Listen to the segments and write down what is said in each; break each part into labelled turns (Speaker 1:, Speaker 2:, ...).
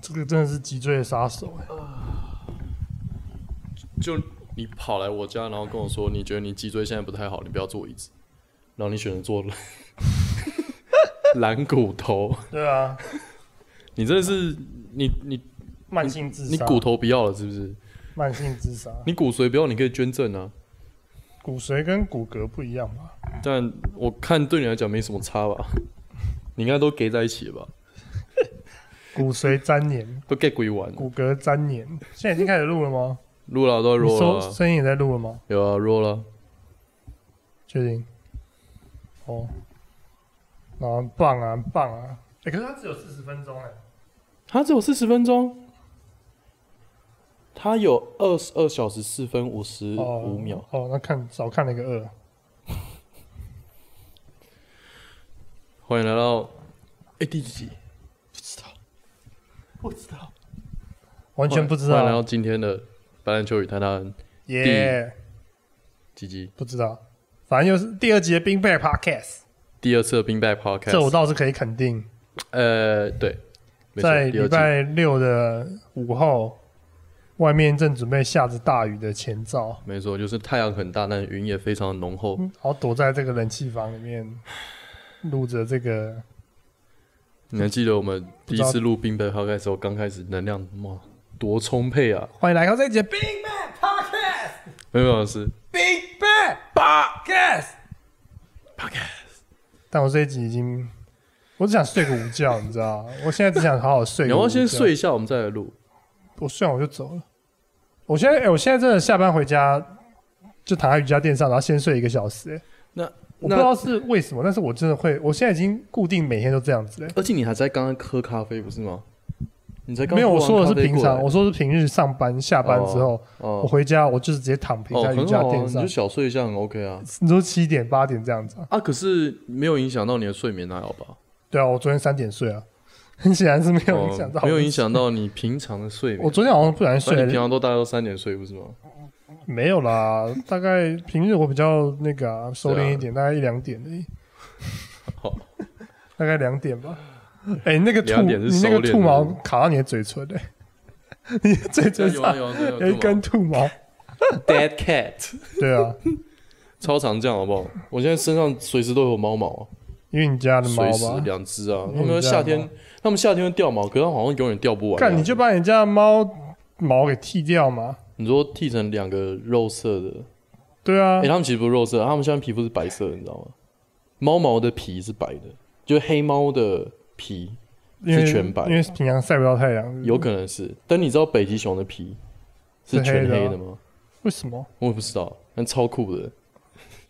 Speaker 1: 这个真的是脊椎的杀手哎、
Speaker 2: 就你跑来我家，然后跟我说，你觉得你脊椎现在不太好，你不要坐椅子，然后你选择坐 懒懒骨头，
Speaker 1: 对啊，
Speaker 2: 你真的是你你
Speaker 1: 慢性自杀，
Speaker 2: 你骨头不要了是不是？
Speaker 1: 慢性自杀，
Speaker 2: 你骨髓不要，你可以捐赠啊。
Speaker 1: 骨髓跟骨骼不一样吧？
Speaker 2: 但我看对你来讲没什么差吧？你应该都给在一起了吧？
Speaker 1: 骨髓粘连，
Speaker 2: 都 get 鬼玩，
Speaker 1: 骨骼粘连，现在已经开始录了吗？
Speaker 2: 录了都要
Speaker 1: 你
Speaker 2: 录
Speaker 1: 收
Speaker 2: 了啊，
Speaker 1: 声音也在录了吗？
Speaker 2: 有啊，录了。
Speaker 1: 确定？哦，啊，很棒啊，很棒啊！哎、可是它只有四十分钟哎、
Speaker 2: 它只有四十分钟，它有二十二小时四分五十
Speaker 1: 哦，
Speaker 2: 五秒。
Speaker 1: 哦，那看少看了一个二，
Speaker 2: 欢迎来到，哎，第几集？不知道，
Speaker 1: 不知道，完全不知
Speaker 2: 欢迎来
Speaker 1: 道，
Speaker 2: 到今天的白兰秋雨谈谈
Speaker 1: 耶
Speaker 2: 几集，
Speaker 1: 不知道，反正又是第二集的冰贝 Podcast，
Speaker 2: 第二次的冰拜 podcast。
Speaker 1: 这我倒是可以肯定，
Speaker 2: 呃，对，没错
Speaker 1: 在，礼
Speaker 2: 第二季。
Speaker 1: 拜六的午后，外面正准备下着大雨的前兆，
Speaker 2: 没错，就是太阳很大，但云也非常的浓厚。
Speaker 1: 然后躲在这个冷气房里面录着这个，
Speaker 2: 你还记得我们第一
Speaker 1: 不知
Speaker 2: 次录冰杯 podcast 的时候，刚开始能量哇多充沛啊！
Speaker 1: 欢迎来到这一集的冰
Speaker 2: 没有没有是
Speaker 1: 冰贝 Podcast。
Speaker 2: podcast，
Speaker 1: 但我这一集已经，我只想睡个午觉，你知道吗？我现在只想好好睡
Speaker 2: 你
Speaker 1: 个午觉。
Speaker 2: 要先睡一下，我们再来录。
Speaker 1: 我睡完我就走了。我现在，哎、我现在真的下班回家就躺在瑜伽垫上，然后先睡一个小时、哎
Speaker 2: 那
Speaker 1: 我不知道是为什么，但是我真的会，我现在已经固定每天都这样子了、哎
Speaker 2: 而且你还在刚刚喝咖啡不是吗？你才刚
Speaker 1: 没有，我说的是平常，
Speaker 2: 喝完咖啡
Speaker 1: 我
Speaker 2: 过来
Speaker 1: 说的是平日上班下班之后，我
Speaker 2: 哦
Speaker 1: 回家我就是直接躺平
Speaker 2: 哦
Speaker 1: 在瑜
Speaker 2: 很
Speaker 1: 伽
Speaker 2: 好啊，
Speaker 1: 垫
Speaker 2: 你
Speaker 1: 上。
Speaker 2: 就小睡一下很 OK 啊
Speaker 1: 你说七点八点这样子啊？
Speaker 2: 啊！可是没有影响到你的睡眠，还好吧？
Speaker 1: 对啊，我昨天三点睡啊， 很显然 是没有影响到、
Speaker 2: 哦没有影。响到你平常的睡眠。
Speaker 1: 我昨天好像不小心
Speaker 2: 所以
Speaker 1: 睡
Speaker 2: 你
Speaker 1: 了
Speaker 2: 平常都大概都三点睡不是吗？
Speaker 1: 没有啦，大概平日我比较那个、啊、收敛一点，大概一两点而已
Speaker 2: 好。
Speaker 1: 大概两点吧。哎、你那个兔，
Speaker 2: 两点是
Speaker 1: 你那
Speaker 2: 收
Speaker 1: 个
Speaker 2: 敛的
Speaker 1: 兔毛卡到你的嘴唇嘞、 你的嘴唇
Speaker 2: 有啊
Speaker 1: 上
Speaker 2: 有 啊，有啊啊
Speaker 1: 有一根兔 毛。
Speaker 2: dead cat，
Speaker 1: 对啊，
Speaker 2: 超常这样好不好？我现在身上随时都有猫毛啊，
Speaker 1: 因为你家的猫
Speaker 2: 随时
Speaker 1: 吧。
Speaker 2: 两只啊。
Speaker 1: 嗯
Speaker 2: 他们夏天，他们夏天会掉毛，可是它好像永远掉不完啊。
Speaker 1: 干，你就把你家的猫毛给剃掉嘛。
Speaker 2: 你说剃成两个肉色的，
Speaker 1: 对啊
Speaker 2: 哎、，他们其实不是肉色，他们现在皮肤是白色的，你知道吗？猫毛的皮是白的，就是黑猫的皮
Speaker 1: 因为
Speaker 2: 是全白
Speaker 1: 因为平常晒不到太阳。
Speaker 2: 有可能是。但你知道北极熊的皮
Speaker 1: 是
Speaker 2: 是
Speaker 1: 黑
Speaker 2: 全
Speaker 1: 的啊
Speaker 2: 黑的吗？
Speaker 1: 为什么？
Speaker 2: 我也不知道，但超酷的。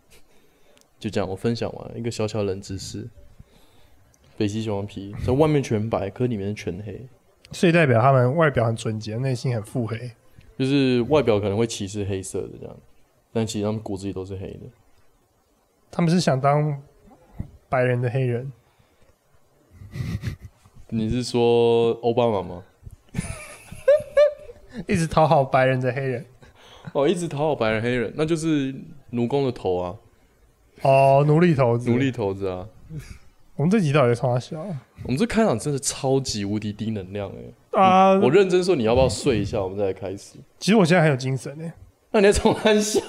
Speaker 2: 就这样，我分享完一个小小冷知识：北极熊的皮在外面全白，可里面是全黑，
Speaker 1: 所以代表他们外表很纯洁，内心很腹黑。
Speaker 2: 就是外表可能会歧视黑色的这样，但其实他们骨子里都是黑的。
Speaker 1: 他们是想当白人的黑人。
Speaker 2: 你是说奥巴马吗？
Speaker 1: 一直讨好白人的黑人。
Speaker 2: 哦，一直讨好白人黑人，那就是奴工的头啊。
Speaker 1: 哦，奴隶头子，
Speaker 2: 奴隶。头子啊！
Speaker 1: 我们这集到底在冲他笑啊
Speaker 2: 我们这开场真的超级无敌低能量哎、
Speaker 1: 啊？
Speaker 2: 我认真说，你要不要睡一下，我们再来开始？
Speaker 1: 其实我现在很有精神诶。欸
Speaker 2: 那你在从安笑？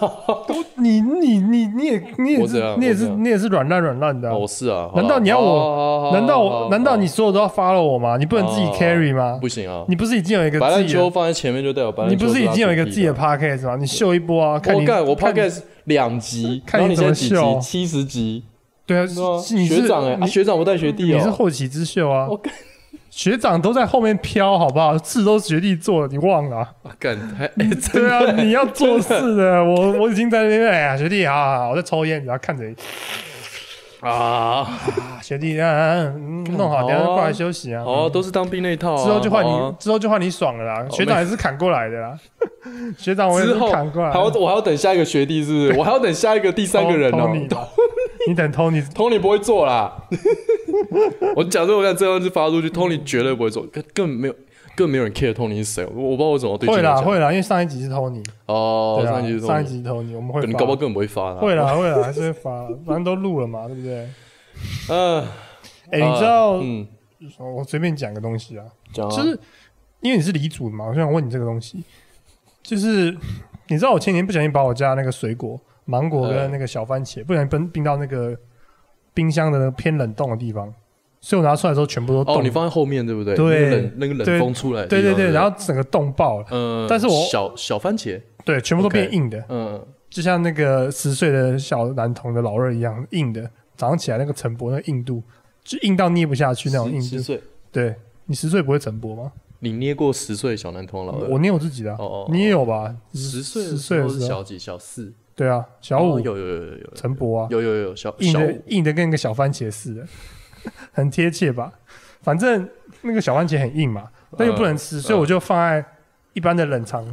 Speaker 1: 你你你你也你也
Speaker 2: 我怎
Speaker 1: 是
Speaker 2: 样
Speaker 1: 你也
Speaker 2: 我
Speaker 1: 是
Speaker 2: 怎样
Speaker 1: 你也是软烂软烂的啊、
Speaker 2: 哦，是啊。
Speaker 1: 难道你要我
Speaker 2: 我
Speaker 1: 难道我难道你所有都要 follow 我吗？你不能自己
Speaker 2: 哦
Speaker 1: carry 吗？
Speaker 2: 不行啊？
Speaker 1: 你不是已经有一个
Speaker 2: 白
Speaker 1: 自
Speaker 2: 兰
Speaker 1: 己
Speaker 2: 秋
Speaker 1: 的
Speaker 2: 放在前面就代表白兰
Speaker 1: 你
Speaker 2: 秋。
Speaker 1: 不是已经有一个自己的？podcast 吗？你秀一波啊！看
Speaker 2: 我
Speaker 1: 你
Speaker 2: 干，我
Speaker 1: 看你
Speaker 2: podcast 两集，
Speaker 1: 看
Speaker 2: 然后
Speaker 1: 你
Speaker 2: 你
Speaker 1: 怎
Speaker 2: 现
Speaker 1: 么秀
Speaker 2: 在几集？七十集。
Speaker 1: 对啊，
Speaker 2: 对啊
Speaker 1: 是你是
Speaker 2: 学长哎，啊
Speaker 1: 你
Speaker 2: 学长不带学弟
Speaker 1: 你是
Speaker 2: 哦。
Speaker 1: 后起之秀啊
Speaker 2: 我干！
Speaker 1: 学长都在后面飘，好不好？事都是学弟做的，你忘 了啊、
Speaker 2: 啊干，还哎真
Speaker 1: 对
Speaker 2: 的
Speaker 1: 啊，你要做事的，我我已经在那边，哎呀，学弟，好好好，我在抽烟，然后看着你
Speaker 2: 啊！
Speaker 1: 啊，学弟，啊啊，嗯弄好，
Speaker 2: 好啊
Speaker 1: 等一下就过来休息啊。
Speaker 2: 哦，都是当兵那一套啊。
Speaker 1: 之后就换
Speaker 2: 好啊
Speaker 1: 你，之后就换你爽了啦。学长也是砍过来的啦，学长我也
Speaker 2: 哦之
Speaker 1: 是
Speaker 2: 后
Speaker 1: 砍过来
Speaker 2: 还要
Speaker 1: 的。
Speaker 2: 我还要等下一个学弟，是不是？我还要等下一个第三个人哦。
Speaker 1: Tony 吧你等 Tony，
Speaker 2: Tony 不会做啦。 我假设我在这样子发出去，Tony 绝对不会做，更更没有更没有人 care Tony 是谁。我我不知道我怎么对
Speaker 1: 会
Speaker 2: Jimmy
Speaker 1: 啦
Speaker 2: 讲。
Speaker 1: 会啦，因为上一集是 Tony，
Speaker 2: 哦，
Speaker 1: 对啊
Speaker 2: 上一集是
Speaker 1: 上
Speaker 2: Tony，
Speaker 1: 一集是 Tony，我们会
Speaker 2: 可能
Speaker 1: 发
Speaker 2: 搞不好根本不会发啦。
Speaker 1: 会啦会啦，还是会发啦，反正都录了嘛，对不 对？
Speaker 2: 嗯，
Speaker 1: 哎，你知道
Speaker 2: 嗯，
Speaker 1: 我随便讲个东西啊，
Speaker 2: 讲啊
Speaker 1: 就是因为你是李主嘛，我就想问你这个东西，就是你知道我前几天不小心把我家那个水果芒果跟那个小番
Speaker 2: 嗯
Speaker 1: 茄不小心冰冰到那个冰箱的那个偏冷冻的地方，所以我拿出来的时候全部都冻
Speaker 2: 哦，
Speaker 1: 了。
Speaker 2: 你放在后面对不对？
Speaker 1: 对
Speaker 2: 那个冷那
Speaker 1: 对
Speaker 2: 个冷风出来的地
Speaker 1: 对
Speaker 2: 方。
Speaker 1: 对对，
Speaker 2: 不
Speaker 1: 然后整个冻爆了，
Speaker 2: 呃，
Speaker 1: 但是我
Speaker 2: 小小番茄，
Speaker 1: 对，全部都
Speaker 2: OK
Speaker 1: 变硬的，
Speaker 2: 嗯，
Speaker 1: 就像那个十岁的小男童的老二一样硬的，早上起来那个晨勃那个硬度，就硬到捏不下去那种硬
Speaker 2: 十十
Speaker 1: 度。
Speaker 2: 岁，
Speaker 1: 对你十岁不会晨勃吗？
Speaker 2: 你捏过十岁小男童老二？
Speaker 1: 我捏我自己的啊、
Speaker 2: 哦哦，
Speaker 1: 你也有吧？
Speaker 2: 十岁
Speaker 1: 十
Speaker 2: 的
Speaker 1: 岁
Speaker 2: 时
Speaker 1: 的
Speaker 2: 候
Speaker 1: 时
Speaker 2: 是
Speaker 1: 候
Speaker 2: 小几？小四、
Speaker 1: 对啊，小五
Speaker 2: 哦有有有有有有
Speaker 1: 晨勃啊，
Speaker 2: 有有有小
Speaker 1: 硬
Speaker 2: 小
Speaker 1: 的
Speaker 2: 五
Speaker 1: 硬的跟个小番茄似的， 很贴切吧？反正那个小番茄很硬嘛，那又不能吃，
Speaker 2: 嗯
Speaker 1: 所以我就放在一般的冷藏，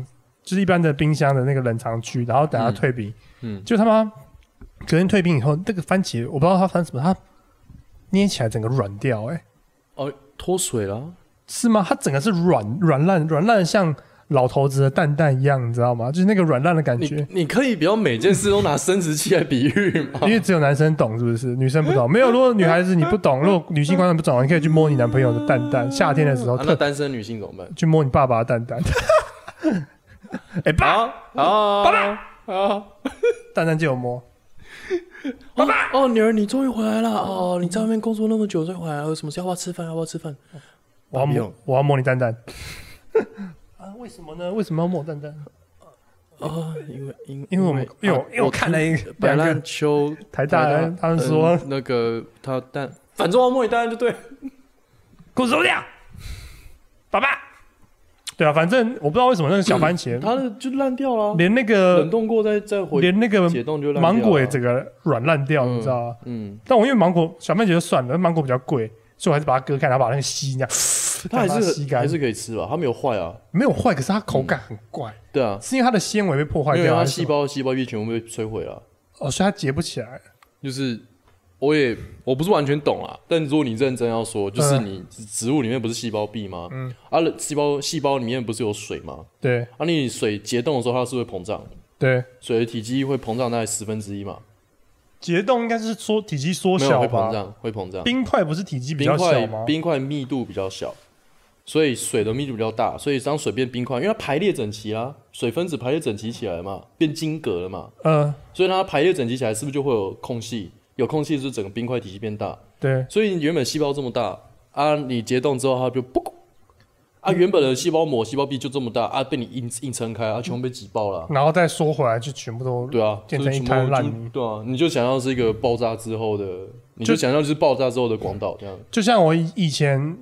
Speaker 1: 就是一般的冰箱的那个冷藏区，然后等它
Speaker 2: 嗯
Speaker 1: 退冰。
Speaker 2: 嗯，
Speaker 1: 就他妈隔天退冰以后，那个番茄我不知道它翻什么，它捏起来整个软掉、欸，哎，
Speaker 2: 哦脱水了，
Speaker 1: 是吗？它整个是软软烂软烂，像老头子的蛋蛋一样，你知道吗？就是那个软烂的感
Speaker 2: 你
Speaker 1: 觉。
Speaker 2: 你可以不要每件事都拿生殖器来比喻吗？ 啊
Speaker 1: 因为只有男生懂，是不是？女生
Speaker 2: 嗯
Speaker 1: 不懂。没有，如果女孩子你不懂，如果女性观众不懂，你可以去摸你男朋友的蛋蛋。夏天的时候
Speaker 2: 啊那
Speaker 1: 特
Speaker 2: 单身女性怎么办？
Speaker 1: 去摸你爸爸的蛋蛋。 哎、爸，
Speaker 2: 啊啊啊！
Speaker 1: 蛋蛋借我摸。
Speaker 2: 爸爸，哦，女儿，你终于回来了！哦，你在外面工作那么久，终于回来了，有什么事？要不要吃饭？要不要吃饭？
Speaker 1: 我要
Speaker 2: 不用
Speaker 1: 摸，我要摸你蛋 蛋。啊，为什么呢？为什么要摸我蛋蛋？
Speaker 2: 啊，因为因
Speaker 1: 因为我们因
Speaker 2: 啊
Speaker 1: 为我因为我看了一个
Speaker 2: 白
Speaker 1: 两个
Speaker 2: 烂秋
Speaker 1: 台大的，他们说嗯
Speaker 2: 嗯那个他但反正我摸你当然就对，
Speaker 1: 给我收掉，爸爸。对啊，反正我不知道为什么那个小番茄，
Speaker 2: 他的就烂掉了啊，
Speaker 1: 连那
Speaker 2: 嗯冷
Speaker 1: 个
Speaker 2: 冻过再再回
Speaker 1: 连那个
Speaker 2: 解冻就烂掉了
Speaker 1: 芒果也整个软烂掉，
Speaker 2: 嗯
Speaker 1: 你知道吗？
Speaker 2: 嗯，
Speaker 1: 但我因为芒果小番茄就算了，芒果比较贵，所以我还是把它割开，然后把那个吸这样，
Speaker 2: 它还
Speaker 1: 把它吸
Speaker 2: 是
Speaker 1: 干
Speaker 2: 还，是可以吃吧，它没有坏啊，
Speaker 1: 没有坏，可是它口感很怪，
Speaker 2: 对啊，
Speaker 1: 是因为它的纤维被破坏
Speaker 2: 因为
Speaker 1: 掉，
Speaker 2: 它
Speaker 1: 还是
Speaker 2: 细
Speaker 1: 什么
Speaker 2: 胞细胞壁全部被摧毁了，
Speaker 1: 哦，所以它结不起来。
Speaker 2: 就是。我也我不是完全懂啊，但如果你认真要说，就是
Speaker 1: 嗯
Speaker 2: 你植物里面不是细胞壁吗？
Speaker 1: 嗯，
Speaker 2: 啊，细胞细胞里面不是有水吗？
Speaker 1: 对
Speaker 2: 啊，你水结冻的时候，它是会膨胀，
Speaker 1: 对，
Speaker 2: 水的体积会膨胀大概十分之一嘛，
Speaker 1: 结冻应该是说体积缩
Speaker 2: 没有
Speaker 1: 小
Speaker 2: 会膨
Speaker 1: 吧？
Speaker 2: 胀，会膨胀。
Speaker 1: 冰块不是体积比
Speaker 2: 冰
Speaker 1: 较小
Speaker 2: 块
Speaker 1: 吗？
Speaker 2: 冰块密度比较小，所以水的密度比较大，所以当水变冰块，因为它排列整齐啦、水分子排列整齐起来嘛，变晶格了嘛，
Speaker 1: 嗯，
Speaker 2: 所以它排列整齐起来，是不是就会有空隙？有空隙就是整个冰块体积变大，
Speaker 1: 对，
Speaker 2: 所以你原本细胞这么大啊，你结冻之后它就不。啊，原本的细胞膜、细胞壁就这么大啊，被你硬硬撑开啊，全部被挤爆了啊、
Speaker 1: 然后再缩回来就全部都
Speaker 2: 对啊，
Speaker 1: 嗯变
Speaker 2: 就是
Speaker 1: 成一
Speaker 2: 全
Speaker 1: 滩
Speaker 2: 部
Speaker 1: 烂
Speaker 2: 就
Speaker 1: 泥嗯
Speaker 2: 对啊，你就想象是一个爆炸之后的，你就
Speaker 1: 就
Speaker 2: 想象就是爆炸之后的广岛这样。
Speaker 1: 就像我以以前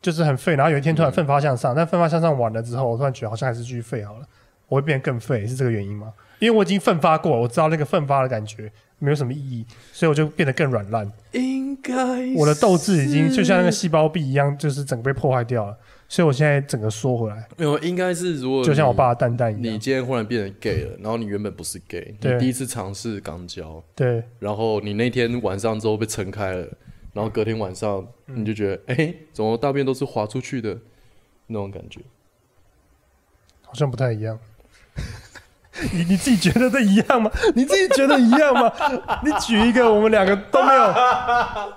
Speaker 1: 就是很废，然后有一天突然奋发向上，但奋发向上完了之后，我突然觉得好像还是继续废好了，我会变得更废，是这个原因吗？因为我已经奋发过了，我知道那个奋发的感觉没有什么意义，所以我就变得更软烂。
Speaker 2: 应该
Speaker 1: 我的斗志已经就像那个细胞壁一样，就是整个被破坏掉了，所以我现在整个缩回来，
Speaker 2: 没有，应该是如果
Speaker 1: 就像我爸
Speaker 2: 你，
Speaker 1: 的蛋蛋一
Speaker 2: 你
Speaker 1: 样。
Speaker 2: 今天忽然变成 gay 了，然后你原本不是 gay，
Speaker 1: 对
Speaker 2: 你第一次尝试肛交，
Speaker 1: 对
Speaker 2: 然后你那天晚上之后被撑开了，然后隔天晚上
Speaker 1: 嗯
Speaker 2: 你就觉得，哎、怎么大便都是滑出去的那种感觉？
Speaker 1: 好像不太一样。你你自己觉得这一样吗？你自己觉得一样 吗？你举一个我们两个都没有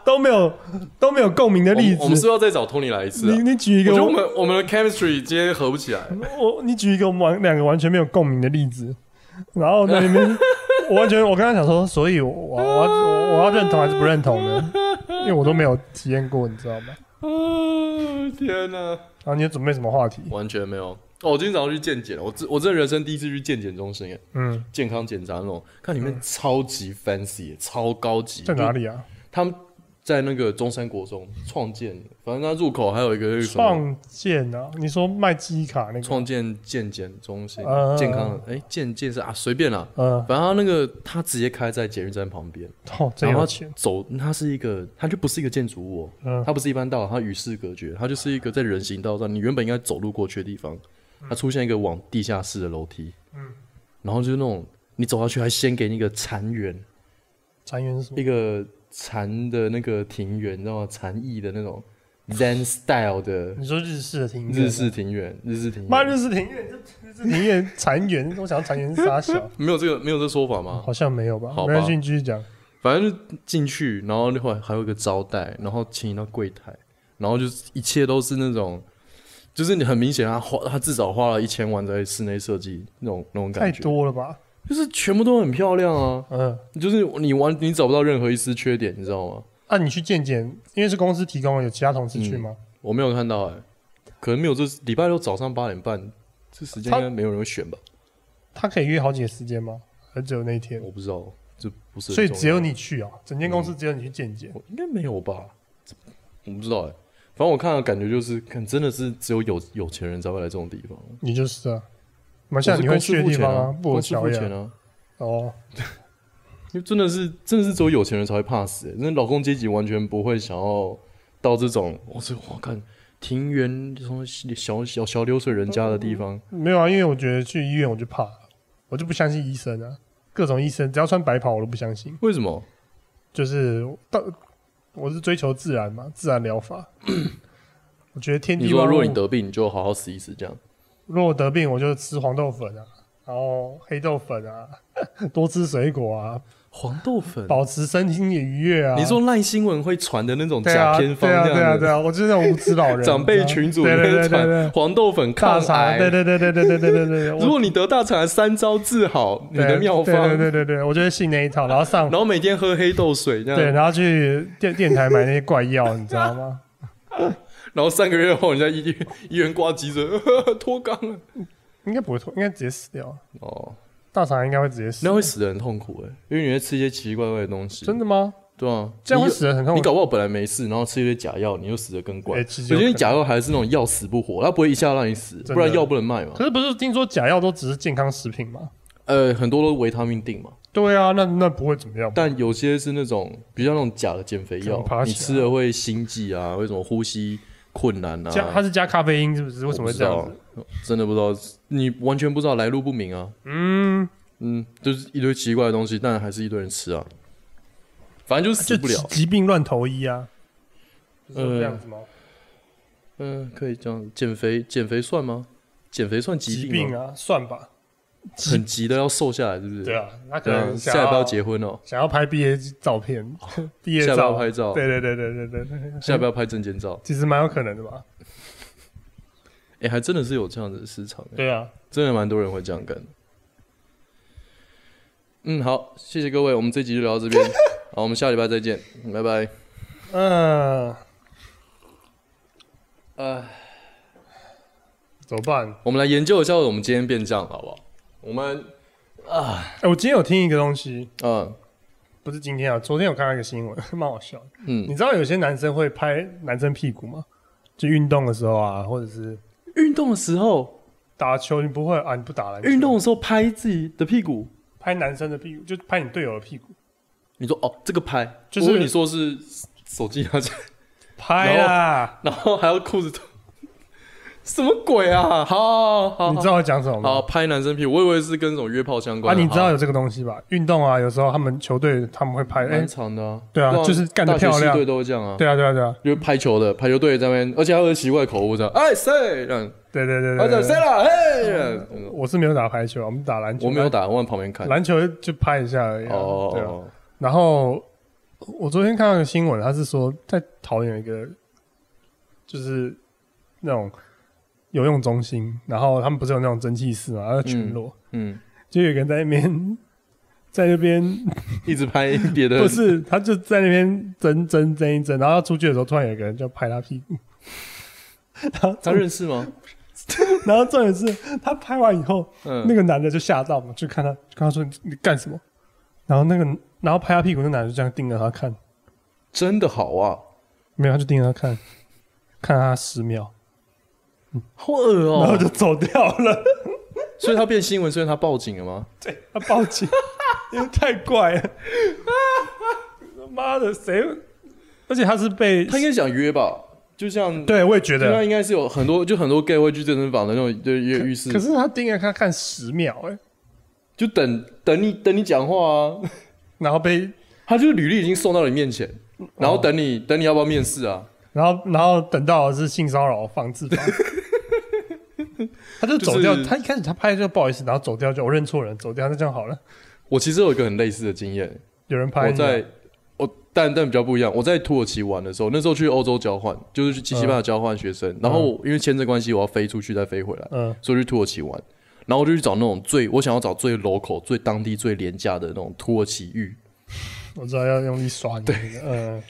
Speaker 1: 都没有都没有共鸣的
Speaker 2: 我
Speaker 1: 例
Speaker 2: 们我们是
Speaker 1: 子。
Speaker 2: 不是要再找 Tony 来一次、啊
Speaker 1: 嗯你。你举一
Speaker 2: 我觉
Speaker 1: 个
Speaker 2: 得我
Speaker 1: 我啊
Speaker 2: 们我们的 chemistry 今天合不起来，
Speaker 1: 我你举一个我们完两个完全没有共鸣的例子，然后那里 面我完全我刚刚想说，所以我我我要我我要认同还是不认同呢？因为我都没有体验过，你知道吗？
Speaker 2: 啊！天哪！
Speaker 1: 然后你有准备什么话题？
Speaker 2: 完全没有。哦，我今天早上去健检了，我这我这人生第一次去健检中心，哎，
Speaker 1: 嗯，
Speaker 2: 健康检查那种，看里面超级 fancy，、超高级。
Speaker 1: 在哪
Speaker 2: 就？
Speaker 1: 里啊？
Speaker 2: 他们在那个中山国中创建，反正它入口还有一个那个什么
Speaker 1: 创建啊？你说卖记忆卡那个？
Speaker 2: 创建健检中心，
Speaker 1: 呃
Speaker 2: 健康的，哎、健健是啊，随便啦。
Speaker 1: 嗯，
Speaker 2: 反正它那个它直接开在捷运站旁边，
Speaker 1: 哦，真
Speaker 2: 然后
Speaker 1: 有
Speaker 2: 它
Speaker 1: 钱。
Speaker 2: 走，它是一个，它就不是一个建筑物、哦，
Speaker 1: 嗯
Speaker 2: 它不是一般道，它与世隔绝，它就是一个在人行道上，你原本应该走路过去的地方，它出现一个往地下室的楼梯，
Speaker 1: 嗯
Speaker 2: 然后就是那种你走下去还先给你一个残园，
Speaker 1: 残垣是什么？
Speaker 2: 一个禅的那个庭园，你知道吗？禅意的那种 Zen style 的
Speaker 1: 你说日式的庭院？
Speaker 2: 日式庭园，日式庭
Speaker 1: 妈
Speaker 2: 园
Speaker 1: 日式庭院，这日式庭院残园，我想要残园是啥小？
Speaker 2: 没有这个没有这说法吗？
Speaker 1: 好像没有吧？
Speaker 2: 好吧
Speaker 1: 没关系，你继续讲。
Speaker 2: 反正就进去，然后另外还有一个招待，然后请你到柜台，然后就是一切都是那种就是你很明显，他花他至少花了一千万在室内设计那种那种
Speaker 1: 太
Speaker 2: 感觉，
Speaker 1: 多了吧？
Speaker 2: 就是全部都很漂亮啊，
Speaker 1: 嗯，
Speaker 2: 就是你完你找不到任何一丝缺点，你知道吗？
Speaker 1: 啊，你去见见，因为是公司提供的，有其他同事去吗？
Speaker 2: 我没有看到哎、可能没有这礼拜六早上八点半这时间
Speaker 1: 他
Speaker 2: 应该没有人会选吧？
Speaker 1: 他可以约好几个时间吗？还只有那一天？
Speaker 2: 我不知道，这不是很
Speaker 1: 所以
Speaker 2: 重要嗯
Speaker 1: 只有你去哦，整间公司只有你去见见。
Speaker 2: 我应该没有吧？我不知道哎、反正我看的感觉就是，看真的是只有有有钱人才会来这种地方。
Speaker 1: 你就是啊，蛮像
Speaker 2: 我是
Speaker 1: 你会
Speaker 2: 公司
Speaker 1: 去的
Speaker 2: 付
Speaker 1: 地
Speaker 2: 钱
Speaker 1: 方
Speaker 2: 啊，
Speaker 1: 布
Speaker 2: 公
Speaker 1: 尔
Speaker 2: 司
Speaker 1: 乔
Speaker 2: 付钱
Speaker 1: 亚
Speaker 2: 啊，
Speaker 1: 哦，
Speaker 2: 因为真的是，真的是只有有钱人才会怕死、欸，那劳工阶级完全不会想要到这种，我、这我看庭园这种小小小流水人家的地方，
Speaker 1: 没有啊，因为我觉得去医院我就怕了，我就不相信医生啊，各种医生只要穿白袍我都不相信，
Speaker 2: 为什么？
Speaker 1: 就是到我是追求自然嘛，自然疗 法。我觉得天
Speaker 2: 你
Speaker 1: 地
Speaker 2: 说
Speaker 1: 万
Speaker 2: 如
Speaker 1: 物
Speaker 2: 果，你得病，你就好好死一死这样。
Speaker 1: 如果得病我就吃黄豆粉啊，然后黑豆粉啊， 多吃水果啊，
Speaker 2: 黄豆粉，
Speaker 1: 保持身心的愉悦啊。
Speaker 2: 你说赖新闻会传的那种
Speaker 1: 对啊，
Speaker 2: 假偏方
Speaker 1: 对啊，
Speaker 2: 这
Speaker 1: 对啊，
Speaker 2: 样
Speaker 1: 对
Speaker 2: 子，
Speaker 1: 啊，我就是那种无知 老人，
Speaker 2: 长辈群
Speaker 1: 主
Speaker 2: 组里
Speaker 1: 对对对
Speaker 2: 面
Speaker 1: 对对
Speaker 2: 传，黄豆粉
Speaker 1: 大
Speaker 2: 抗
Speaker 1: 傻，
Speaker 2: 癌，
Speaker 1: 对对对对对对对对对，
Speaker 2: 如
Speaker 1: 我
Speaker 2: 果你得大肠，三招治好你
Speaker 1: 对
Speaker 2: 的妙方，
Speaker 1: 对对对对对，我就会信那一套，然后上
Speaker 2: 然后每天喝黑豆水这样，
Speaker 1: 对，然后去电电台买那些怪药，你知道吗？
Speaker 2: 然后三个月后你在医 院医院挂急诊， 呵呵脱肛了。
Speaker 1: 应该不会脱，应该直接死掉，
Speaker 2: 哦，
Speaker 1: 大肠应该会直接死
Speaker 2: 那。会死的很痛苦哎、因为你会吃一些奇奇怪怪的东西。
Speaker 1: 真的吗？
Speaker 2: 对啊，
Speaker 1: 这样
Speaker 2: 你
Speaker 1: 会
Speaker 2: 有
Speaker 1: 死的很痛
Speaker 2: 你
Speaker 1: 苦。
Speaker 2: 搞不好本来没事，然后吃一些假药，你又死得更怪。
Speaker 1: 哎
Speaker 2: 我
Speaker 1: 其实有
Speaker 2: 觉得
Speaker 1: 可
Speaker 2: 你
Speaker 1: 能
Speaker 2: 假药还是那种要死不活，它不会一下让你死，
Speaker 1: 的
Speaker 2: 不然药不能卖 嘛
Speaker 1: 可。是不是听说假药都只是健康食品吗？
Speaker 2: 呃，很多都维他命定嘛，
Speaker 1: 对啊，那那不会怎么样吧。
Speaker 2: 但有些是那种比较那种假的减肥
Speaker 1: 可
Speaker 2: 药
Speaker 1: 能爬，起
Speaker 2: 你
Speaker 1: 来
Speaker 2: 吃了会心悸啊，为什么呼吸困难啊？
Speaker 1: 加它是加咖啡因是不是？为什么会这样子？
Speaker 2: 我不知道？真的不知道，你完全不知道来路不明啊。
Speaker 1: 嗯，
Speaker 2: 嗯，就是一堆奇怪的东西，但还是一堆人吃啊。反正就是死
Speaker 1: 啊就
Speaker 2: 不了。
Speaker 1: 疾病乱投医啊，不
Speaker 2: 呃
Speaker 1: 是这样子吗？
Speaker 2: 嗯、可以这样。减肥，减肥算吗？减肥算疾
Speaker 1: 疾
Speaker 2: 病
Speaker 1: 病
Speaker 2: 吗？
Speaker 1: 啊，算吧。
Speaker 2: 很急的要瘦下来，是不是？
Speaker 1: 对啊，他可
Speaker 2: 对啊。
Speaker 1: 能
Speaker 2: 下
Speaker 1: 想
Speaker 2: 一步要
Speaker 1: 要
Speaker 2: 结婚哦，
Speaker 1: 想要拍毕业照片， 毕业
Speaker 2: 下一步要
Speaker 1: 照，
Speaker 2: 拍照，
Speaker 1: 对对对对对对对，
Speaker 2: 下一步要拍证件照。
Speaker 1: 其实蛮有可能的吧？
Speaker 2: 哎、还真的是有这样子的市场、欸，
Speaker 1: 对啊，
Speaker 2: 真的蛮多人会这样干的。嗯，好，谢谢各位，我们这集就聊到这 边，好，我们下礼拜再见，拜拜。
Speaker 1: 嗯，
Speaker 2: 呃，
Speaker 1: 怎么办？
Speaker 2: 我们来研究一下，我们今天变这样好不好？我们，
Speaker 1: 哎、我今天有听一个东西，
Speaker 2: 嗯
Speaker 1: 不是今天啊，昨天有看到一个新闻， 蛮好笑的。
Speaker 2: 嗯，
Speaker 1: 你知道有些男生会拍男生屁股吗？就运动的时候啊，或者是
Speaker 2: 运动的时候，
Speaker 1: 打球，你不会啊？你不打篮球？
Speaker 2: 运动的时候拍自己的屁股，
Speaker 1: 拍男生的屁股，就拍你队友的屁股，
Speaker 2: 你说哦，这个拍，
Speaker 1: 就是
Speaker 2: 我以为你说是手机拿起来，
Speaker 1: 拍啦！
Speaker 2: 然后还要裤子脱， 什么鬼啊？好好好
Speaker 1: 你
Speaker 2: 好
Speaker 1: 知道我讲什么
Speaker 2: 好，好
Speaker 1: 吗？
Speaker 2: 拍男生屁股，我以为是跟什么约炮相
Speaker 1: 啊，
Speaker 2: 关的。
Speaker 1: 你知道
Speaker 2: 好
Speaker 1: 有这个东西吧？运动啊，有时候他们球队他们会拍，哎、
Speaker 2: 蛮长的啊，
Speaker 1: 对啊就是干得
Speaker 2: 大学
Speaker 1: 漂亮
Speaker 2: 系队都会这样啊，
Speaker 1: 对啊，对啊，对啊，
Speaker 2: 就是排球的排球队在那边，而且还有很奇怪的口误这样，哎谁，这样
Speaker 1: 对对对
Speaker 2: 哎
Speaker 1: 对对
Speaker 2: 谁了，嘿，这样
Speaker 1: 我是没有打排球，我们打篮球，
Speaker 2: 我没有打，我往旁边看。
Speaker 1: 篮球就拍一下而已、啊。
Speaker 2: 哦
Speaker 1: 对
Speaker 2: 哦
Speaker 1: 啊。
Speaker 2: 哦，
Speaker 1: 然后我昨天看到一个新闻，他是说在桃园有一个就是那种游泳中心，然后他们不是有那种蒸汽室嘛，然后全裸，
Speaker 2: 嗯，
Speaker 1: 就有一个人在那边。在那 边
Speaker 2: 一直拍别的，
Speaker 1: 不是，他就在那边蒸蒸蒸一蒸，然后他出去的时候，突然有一个人就拍他屁股，然后
Speaker 2: 他认识吗？
Speaker 1: 然后重点是他拍完以后，
Speaker 2: 嗯，
Speaker 1: 那个男的就吓到嘛，就看他，就跟他说你你干什么？然后那个然后拍他屁股那男的就这样盯着他看，
Speaker 2: 真的好啊，
Speaker 1: 没有他就盯着他看，看他十秒，
Speaker 2: 好恶哦、
Speaker 1: 然后就走掉了。
Speaker 2: 所以他变新闻，所以他报警了吗？
Speaker 1: 对他报警，因为太怪了。妈的，谁？而且他是被
Speaker 2: 他应该想约吧，就像，
Speaker 1: 对，啊我也觉
Speaker 2: 就他
Speaker 1: 得。
Speaker 2: 应该是有很多，就很多 gay 会去健身房的那种，就约浴室
Speaker 1: 可，是他盯着他看十秒、哎，
Speaker 2: 就等等你等你讲话啊，
Speaker 1: 然后被，
Speaker 2: 他就是履历已经送到你面前，
Speaker 1: 嗯
Speaker 2: 然后等你等你要不要面试啊？
Speaker 1: 然后然后等到的是性骚扰防 治法，他就走掉。
Speaker 2: 就是
Speaker 1: 他一开始他拍就不好意思，然后走掉就我认错人，走掉那这样好了。
Speaker 2: 我其实有一个很类似的经验，
Speaker 1: 有人拍
Speaker 2: 我
Speaker 1: 你啊
Speaker 2: 在我但但比较不一样。我在土耳其玩的时候，那时候去欧洲交换，就是去七七八交换学生。然后我因为签证关系，我要飞出去再飞回来，
Speaker 1: 嗯
Speaker 2: 所以我去土耳其玩。然后我就去找那种最我想要找最 local、最当地、最廉价的那种土耳其浴。
Speaker 1: 我知道要用力刷你，对，嗯，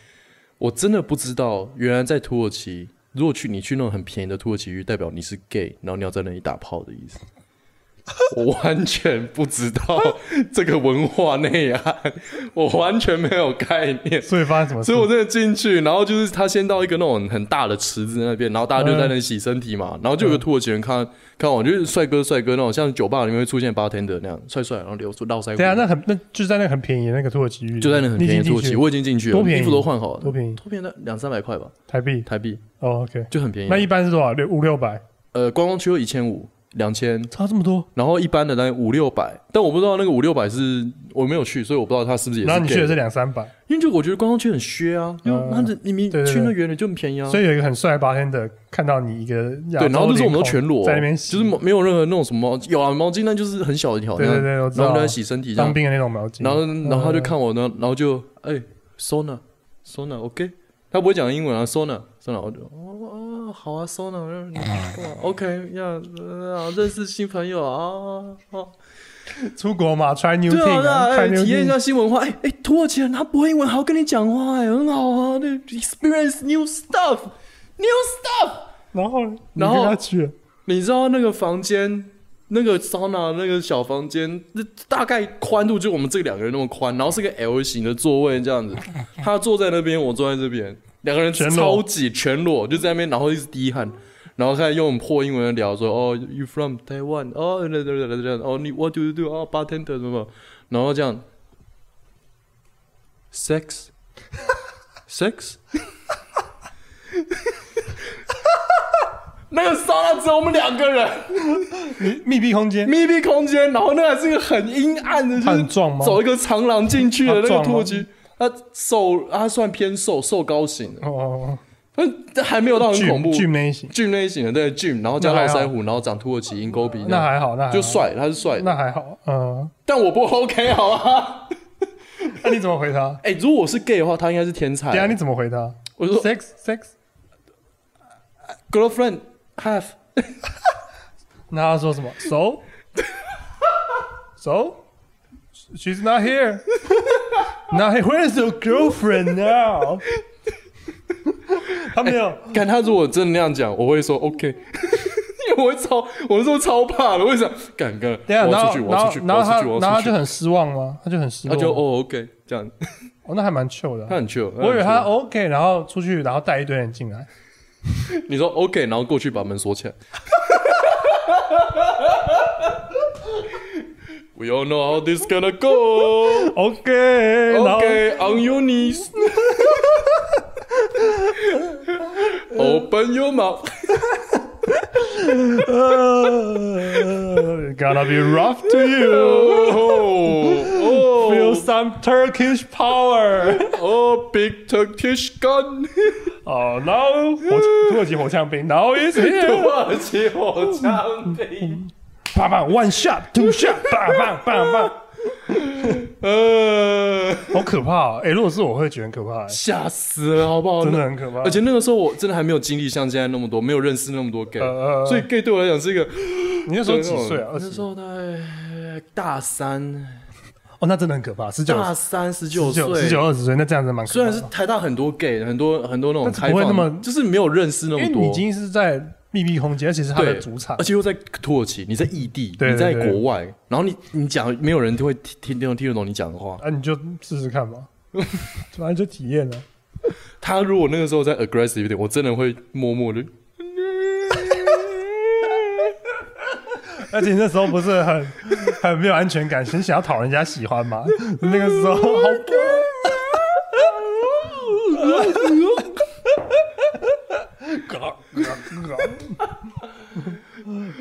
Speaker 2: 我真的不知道，原来在土耳其，如果去你去那种很便宜的土耳其浴，代表你是 gay，然后你要在那里打炮的意思。我完全不知道这个文化内涵，我完全没有概念。
Speaker 1: 所以发生 什么事？
Speaker 2: 所以我真的进去，然后就是他先到一个那种很大的池子那边，然后大家就在那里洗身体 嘛，然后就有个土耳其人看看我，就是帅哥帅哥那种，像酒吧里面会出现 bartender 那样，帅帅，然后留出络腮
Speaker 1: 对啊，
Speaker 2: 胡，
Speaker 1: 那很那就是在那个很便宜的那个土耳其浴，
Speaker 2: 就在那很
Speaker 1: 你已
Speaker 2: 便宜
Speaker 1: 经
Speaker 2: 的土
Speaker 1: 进
Speaker 2: 耳其，
Speaker 1: 去
Speaker 2: 我已经进去了，
Speaker 1: 多便宜
Speaker 2: 衣服都换 好了，
Speaker 1: 多便宜
Speaker 2: 多便宜的两三百块吧，
Speaker 1: 台币。
Speaker 2: 台币
Speaker 1: 哦，OK，
Speaker 2: 就很便宜
Speaker 1: 那。一般是多少？六五六百，
Speaker 2: 呃，观光区有一千五、两千，
Speaker 1: 差这么多。
Speaker 2: 然后一般的大概五六百，但我不知道那个五六百是我没有去，所以我不知道他是不是也
Speaker 1: 然
Speaker 2: 是
Speaker 1: 后你去
Speaker 2: gay
Speaker 1: 的是两三百，
Speaker 2: 因为就我觉得观光区很削啊，因为
Speaker 1: 嗯
Speaker 2: 他的你明
Speaker 1: 对对对
Speaker 2: 去那远的就很便宜啊，
Speaker 1: 所以有一个很帅的 bartender 看到你一个亚洲
Speaker 2: 对，然后那时候
Speaker 1: 脸
Speaker 2: 我们都
Speaker 1: 孔
Speaker 2: 全裸，哦
Speaker 1: 在那边洗，
Speaker 2: 就是没有任何那种什么有啊毛巾，那就是很小一条，
Speaker 1: 对对
Speaker 2: 那样
Speaker 1: 对，我知
Speaker 2: 然
Speaker 1: 道
Speaker 2: 后我们在洗身体这
Speaker 1: 当
Speaker 2: 样，
Speaker 1: 兵的那种毛巾，
Speaker 2: 然后然后他就
Speaker 1: 嗯
Speaker 2: 看我呢，然后就哎，sona sona OK，他不会讲英文啊，sona sona，我就哦哦好啊，sona 你干嘛 OK 呀，呃认识新朋友啊，哦。
Speaker 1: 出国嘛，try new
Speaker 2: 对啊，
Speaker 1: thing，
Speaker 2: 对
Speaker 1: 啊
Speaker 2: 啊，哎
Speaker 1: try new
Speaker 2: 体验一
Speaker 1: thing，
Speaker 2: 下新文化。哎哎，土耳其人他不会英文，还要跟你讲话，哎，很好啊。那 experience new stuff，new stuff。
Speaker 1: 然后呢你
Speaker 2: 然后
Speaker 1: 跟他去了，
Speaker 2: 你知道那个房间，那个 sauna 那个小房间，那大概宽度就我们这两个人那么宽，然后是个 L 型的座位这 样子。他坐在那边，我坐在这边，两个人
Speaker 1: 全裸
Speaker 2: 超级全裸，就在那边，然后一直滴汗。然后开始用破英文聊说，哦、y o u from Taiwan？哦，对对对对，哦，你 What do you do？哦、b a r t e n d e r 什么？然后这样，sex，sex，那个沙拉只有我们两个人，
Speaker 1: 密闭空间，
Speaker 2: 密闭空间，然后那还是个很阴暗的，
Speaker 1: 他很
Speaker 2: 就是
Speaker 1: 壮吗？
Speaker 2: 走一个长廊进去的
Speaker 1: 他
Speaker 2: 那个
Speaker 1: 壮吗
Speaker 2: 土耳其，他瘦，他算偏瘦，瘦高型的，
Speaker 1: 哦哦，
Speaker 2: 但还没有到
Speaker 1: 哦
Speaker 2: 很恐怖。
Speaker 1: 巨那一型，
Speaker 2: gym 类型的，对 gym，然后加
Speaker 1: 那还
Speaker 2: 络
Speaker 1: 好
Speaker 2: 腮胡，然后长土耳其鹰钩鼻，
Speaker 1: 那还好，那还好
Speaker 2: 啊就，帅，他是帅的，
Speaker 1: 那还好，嗯，
Speaker 2: 但我不 OK 好吧？
Speaker 1: 那你怎么回他？
Speaker 2: 哎、如果我是 gay 的话，他应该是天
Speaker 1: 等一下啊你
Speaker 2: 才。
Speaker 1: 怎么回他
Speaker 2: 我哎就说
Speaker 1: ？Sex sex，
Speaker 2: girlfriend have，
Speaker 1: 那他说什么？So so she's not here. Now where's your girlfriend now? 他没有，
Speaker 2: 看他如果真的那样讲，我会说 OK，因 为我会超，我那时候超怕的，为什么？敢跟
Speaker 1: 等一下，然
Speaker 2: 我要
Speaker 1: 后
Speaker 2: 出去，我
Speaker 1: 啊然
Speaker 2: 要
Speaker 1: 后
Speaker 2: 出去，
Speaker 1: 然后他
Speaker 2: 我要出去，我
Speaker 1: 然后他
Speaker 2: 要出
Speaker 1: 就
Speaker 2: 去。
Speaker 1: 很失望吗？他就很失
Speaker 2: 他
Speaker 1: 望，
Speaker 2: 就哦 OK 这样，
Speaker 1: 哦，那还蛮 chill 的
Speaker 2: 他。很 chill。
Speaker 1: 我以为他哦
Speaker 2: 很 chill
Speaker 1: OK，然后出去，然后带一堆人进来，
Speaker 2: 你说 OK，然后过去把门锁起来。We all know how this gonna go.
Speaker 1: OK，然后
Speaker 2: Okay, on your knees. Open your mouth.
Speaker 1: 呃 gonna be rough to you，feel
Speaker 2: Oh, oh,
Speaker 1: some Turkish power。
Speaker 2: oh, big Turkish gun.
Speaker 1: 哦 no，火土耳其火枪兵，now is here，
Speaker 2: 土耳其火 枪 兵。
Speaker 1: 棒棒 one shot，two shot，棒棒棒棒，
Speaker 2: 呃，
Speaker 1: 好可怕！哎，如果是我会觉得很可怕，欸
Speaker 2: 吓死了，好不好？
Speaker 1: 真的
Speaker 2: 那
Speaker 1: 很可怕。
Speaker 2: 而且那个时候我真的还没有经历像现在那么多，没有认识那么多 gay，
Speaker 1: 呃呃
Speaker 2: 所以 gay 对我来讲是一个。
Speaker 1: 你那时候几岁啊？
Speaker 2: 那
Speaker 1: 二十
Speaker 2: 时？候大概大三，
Speaker 1: 哦，那真的很可怕，十九、
Speaker 2: 大三十九
Speaker 1: 十九、
Speaker 2: 岁，
Speaker 1: 十九、二十岁，那这样子蛮可怕的。
Speaker 2: 虽然是台大很多 gay，很多很多那种
Speaker 1: 但是不
Speaker 2: 开
Speaker 1: 会
Speaker 2: 放，
Speaker 1: 那么
Speaker 2: 就是没有认识那
Speaker 1: 因为
Speaker 2: 么多，
Speaker 1: 你已经是在密闭空间，而且是他的
Speaker 2: 对
Speaker 1: 主场
Speaker 2: 而，且又在土耳其，你在异地，
Speaker 1: 对
Speaker 2: 你在
Speaker 1: 对对
Speaker 2: 国外，然后你你讲没有人会听听听得懂你讲的话。
Speaker 1: 啊，你就试试看吧，反正就体验了。
Speaker 2: 他如果那个时候再 aggressive 一点，我真的会默默的。
Speaker 1: 而且那时候不是很很没有安全感，很想要讨人家喜欢嘛。那个时候好，
Speaker 2: 哎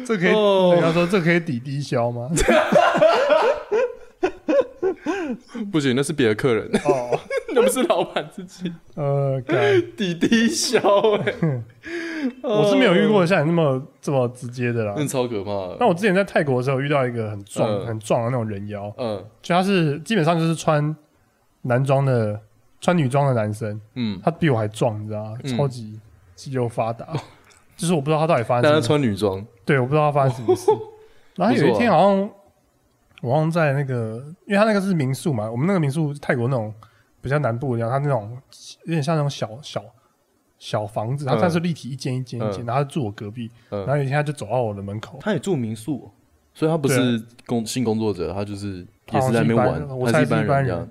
Speaker 1: 这可以，
Speaker 2: 哦
Speaker 1: 人家说这可以抵低消吗？
Speaker 2: 不行，那是别的客人，
Speaker 1: 哦，
Speaker 2: 那不是老板自己。
Speaker 1: 呃，干
Speaker 2: 弟弟笑哎、
Speaker 1: 我是没有遇过像你那么这么直接的啦。
Speaker 2: 那超可怕的。
Speaker 1: 那我之前在泰国的时候遇到一个很壮、
Speaker 2: 嗯
Speaker 1: 很壮的那种人妖，
Speaker 2: 嗯
Speaker 1: 就他是基本上就是穿男装的穿女装的男生，
Speaker 2: 嗯，
Speaker 1: 他比我还壮，你知道吗？
Speaker 2: 嗯
Speaker 1: 超级肌肉发达，就是我不知道他到底发生
Speaker 2: 但
Speaker 1: 什么
Speaker 2: 他
Speaker 1: 事
Speaker 2: 穿女装，
Speaker 1: 对，我不知道他发生什么事。
Speaker 2: 哦
Speaker 1: 然后有一
Speaker 2: 啊
Speaker 1: 天好像我好像在那个，因为他那个是民宿嘛，我们那个民宿泰国那种比较南部的地方，他那种有点像那种小小小房子，它
Speaker 2: 嗯
Speaker 1: 它是立体一间一间一间，然后他就住我隔壁，
Speaker 2: 嗯
Speaker 1: 然后有一天他就走到我的门口，
Speaker 2: 他也住民宿哦，所以他不是工性工作者，他就是也是在那边
Speaker 1: 啊哦他好像是一般人
Speaker 2: 玩，
Speaker 1: 我
Speaker 2: 他
Speaker 1: 猜是
Speaker 2: 是一般
Speaker 1: 一般
Speaker 2: 人这样
Speaker 1: 人。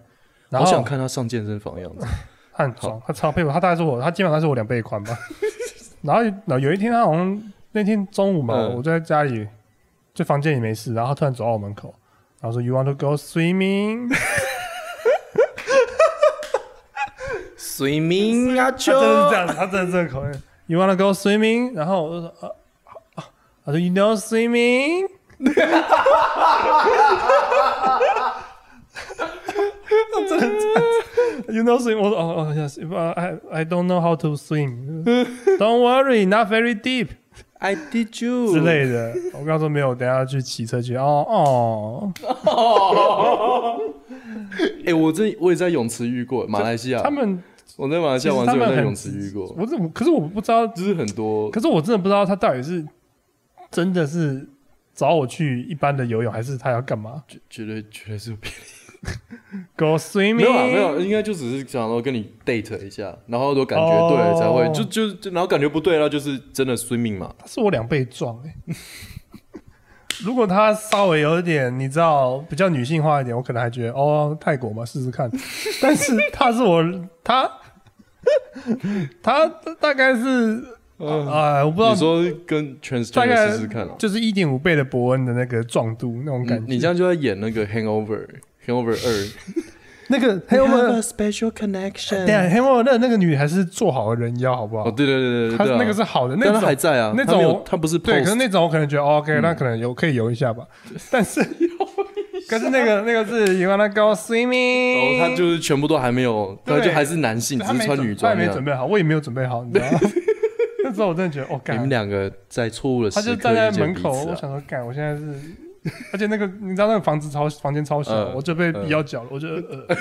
Speaker 1: 然
Speaker 2: 好
Speaker 1: 后
Speaker 2: 想看他上健身房 的样子，
Speaker 1: 他很壮，他超佩服，他大概是我，他基本上是我两倍宽吧。 然后然后有一天他好像那天中午嘛，
Speaker 2: 嗯
Speaker 1: 我在家里就房间也没事，然后他突然走到我门口，然后说 “You want to go swimming？”
Speaker 2: 水明啊阿
Speaker 1: 他真的是这样子，他真的是这个口音。You wanna go swimming？然后我就说啊啊，他说 You know swimming？他真的这样子，You know swim？我说哦哦，yes，呃 I I don't know how to swim。Don't worry, not very deep
Speaker 2: ，I did you
Speaker 1: 之类的。我刚说没有，等一下去骑车去。哦哦，
Speaker 2: 哎，我真我也在泳池遇过，马来西亚
Speaker 1: 他，们
Speaker 2: 我在马来西亚玩的
Speaker 1: 其
Speaker 2: 时
Speaker 1: 实他们
Speaker 2: 候有在
Speaker 1: 很
Speaker 2: 泳池遇过，
Speaker 1: 我怎么？可是我不知道
Speaker 2: 就是很多
Speaker 1: 可是我真的不知道他到底是真的是找我去一般的游泳，还是他要干嘛
Speaker 2: 绝绝对绝对是有骗
Speaker 1: ？Go
Speaker 2: 没
Speaker 1: swimming？
Speaker 2: 有啊，没有，应该就只是想说跟你 date 一下，然后如果感觉
Speaker 1: 哦
Speaker 2: 对了才会，就就就然后感觉不对了，就是真的 swimming 嘛。
Speaker 1: 他是我两倍壮哎、如果他稍微有一点，你知道比较女性化一点，我可能还觉得哦，泰国嘛，试试看。但是他是我他他大概是
Speaker 2: 嗯，
Speaker 1: 啊、我不知
Speaker 2: 你
Speaker 1: 道，
Speaker 2: 说跟 transgender
Speaker 1: 大概
Speaker 2: 试试看哦嗯
Speaker 1: 就是一点五倍的伯恩的那个壮度那种感觉。
Speaker 2: 你你这样就在演那个 Hangover Hangover 二，
Speaker 1: 那个黑我
Speaker 3: have
Speaker 1: 们
Speaker 3: a special connection.
Speaker 1: 对啊，黑我那那个女还是做好人妖好不好
Speaker 2: 哦？对对对对
Speaker 1: 他
Speaker 2: 对，对啊
Speaker 1: 那个是好的，那
Speaker 2: 但他
Speaker 1: 种
Speaker 2: 还在啊，
Speaker 1: 那
Speaker 2: 他没有
Speaker 1: 种
Speaker 2: 他不是
Speaker 1: 对，可是
Speaker 2: post，嗯
Speaker 1: 那种我可能觉得哦 OK，、那可能有可以游一 下吧。但是，可是那个那个是 You wanna go
Speaker 2: 然后
Speaker 1: swimming？
Speaker 2: 哦他就是全部都还没有，
Speaker 1: 对
Speaker 2: 他就还是男性，
Speaker 1: 对他
Speaker 2: 只是
Speaker 1: 没
Speaker 2: 穿
Speaker 1: 准
Speaker 2: 女装
Speaker 1: 他也
Speaker 2: 这
Speaker 1: 没准
Speaker 2: 样。
Speaker 1: 备好，我也没有准备好，你知道吗？ 那时候我真的觉得哦，
Speaker 2: 你
Speaker 1: 干，
Speaker 2: 们两个在错误的时
Speaker 1: 他就
Speaker 2: 刻
Speaker 1: 站在
Speaker 2: 遇见
Speaker 1: 门
Speaker 2: 彼
Speaker 1: 口，
Speaker 2: 此
Speaker 1: 我
Speaker 2: 啊
Speaker 1: 想说干，我现在是。而且那个，你知道那个房子超房间超小，
Speaker 2: 嗯
Speaker 1: 我就被
Speaker 2: 嗯
Speaker 1: 逼到脚了。我就呃，呃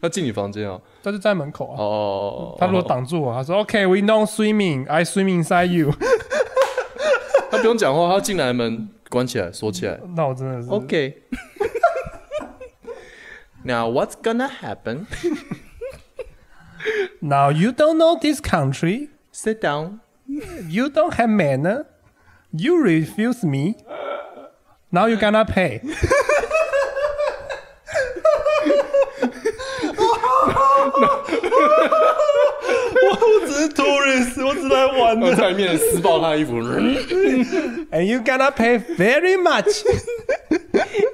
Speaker 2: 他进你房间啊？
Speaker 1: 他就站门口啊。
Speaker 2: 哦，
Speaker 1: 他如果挡住我，他说 OK，we、know swimming，I swim inside you。
Speaker 2: 他不用讲话，他进来门关起来锁起来。
Speaker 1: 那我真的是
Speaker 2: Okay. now what's gonna happen?
Speaker 1: Now you don't know this country。
Speaker 2: Sit down.
Speaker 1: You don't have manner. You refuse me. Now you gonna pay.
Speaker 2: 我在面撕爆他的衣服。
Speaker 1: And you gonna pay very much.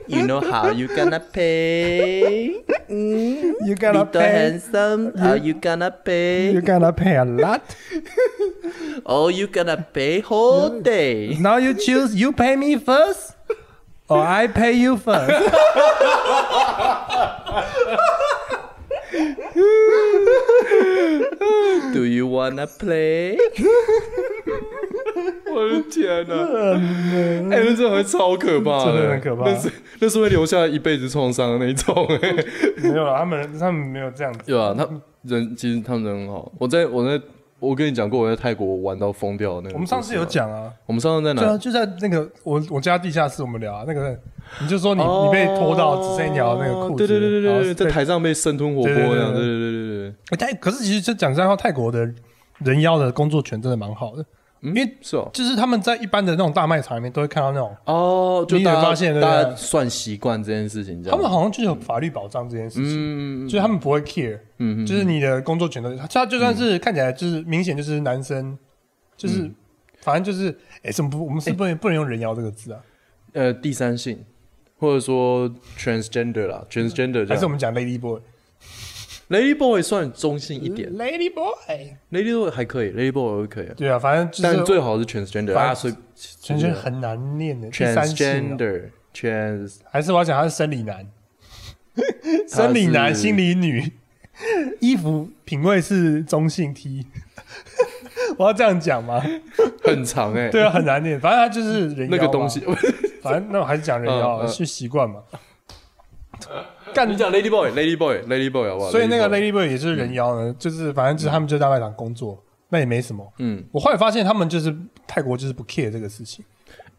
Speaker 3: You know how you gonna pay?
Speaker 1: You gonna
Speaker 3: Little
Speaker 1: pay.
Speaker 3: handsome, how you gonna pay?
Speaker 1: You gonna pay a lot.
Speaker 3: Oh, you gonna pay whole day.
Speaker 1: Now you choose. You pay me first, or I pay you first.
Speaker 3: Do you wanna play?
Speaker 2: 我
Speaker 1: Oh,
Speaker 2: 的天哪、哎、那真的会超可怕
Speaker 1: 真的很可怕
Speaker 2: 那是那是会留下一辈子创伤的那一种、 哎，
Speaker 1: 没有了，他们他们没有这样子。
Speaker 2: 对吧、他人其实他们人很好。我在我在我跟你讲过，我在泰国玩到疯掉的那个。
Speaker 1: 我们上次有，讲啊，
Speaker 2: 我们上次在
Speaker 1: 对啊，
Speaker 2: 哪？
Speaker 1: 就在那个我我家地下室，我们聊啊，那个你就说你你被拖到只剩一条那个裤子，
Speaker 2: 哦对对对对
Speaker 1: 然
Speaker 2: 对
Speaker 1: 后
Speaker 2: 对，在台上被生吞活剥
Speaker 1: 对对对
Speaker 2: 那样。对
Speaker 1: 对
Speaker 2: 对对对对，
Speaker 1: 欸但可是其实就讲实在话，泰国的人妖的工作权真的蛮好的，因为
Speaker 2: 是哦。
Speaker 1: 就是他们在一般的那种大卖场里面都会看到那种，
Speaker 2: 哦，就
Speaker 1: 你也
Speaker 2: 大家
Speaker 1: 发现对不
Speaker 2: 大
Speaker 1: 对啊
Speaker 2: 家算习惯这件事情，这样。
Speaker 1: 他们好像就是有法律保障这件事情，
Speaker 2: 啊嗯，
Speaker 1: 就是他们不会 care，
Speaker 2: 嗯
Speaker 1: 就是你的工作权都，他就算是看起来就是明显就是男生，就是
Speaker 2: 嗯
Speaker 1: 反正就是哎，怎么不我们是不能不能用人妖这个字啊？
Speaker 2: 呃，第三性，或者说 transgender 啦，transgender 这
Speaker 1: 还是我
Speaker 2: 样。
Speaker 1: 们讲 lady boy，lady
Speaker 2: Lady Boy 算中性一点
Speaker 1: boy，
Speaker 2: ，Lady Boy 还可以，Lady Boy 还可以啊，
Speaker 1: 对啊，反正就
Speaker 2: 但
Speaker 1: 是
Speaker 2: 最好是 transgender
Speaker 1: 反
Speaker 2: 啊，所以
Speaker 1: 全全很难念的，第三性啊
Speaker 2: transgender trans
Speaker 1: 还是我要讲他是生理男，生理男，心理女，衣服品味是中性 T，我要这样讲吗？
Speaker 2: 很长哎，
Speaker 1: 对啊，很难念，反正他就是人妖
Speaker 2: 那个
Speaker 1: 嘛
Speaker 2: 东西，
Speaker 1: 反正那我还是讲人妖啊，
Speaker 2: 嗯嗯
Speaker 1: 是习惯嘛。干
Speaker 2: 你讲 Lady Boy，Lady Boy，Lady Boy 好不 好？
Speaker 1: 所以那个
Speaker 2: Boy
Speaker 1: Lady Boy 也就是人妖呢，就是反正就是他们就在外场工作，那也没什么。
Speaker 2: 嗯，
Speaker 1: 我后来发现他们就是泰国就是不 care 这个事情，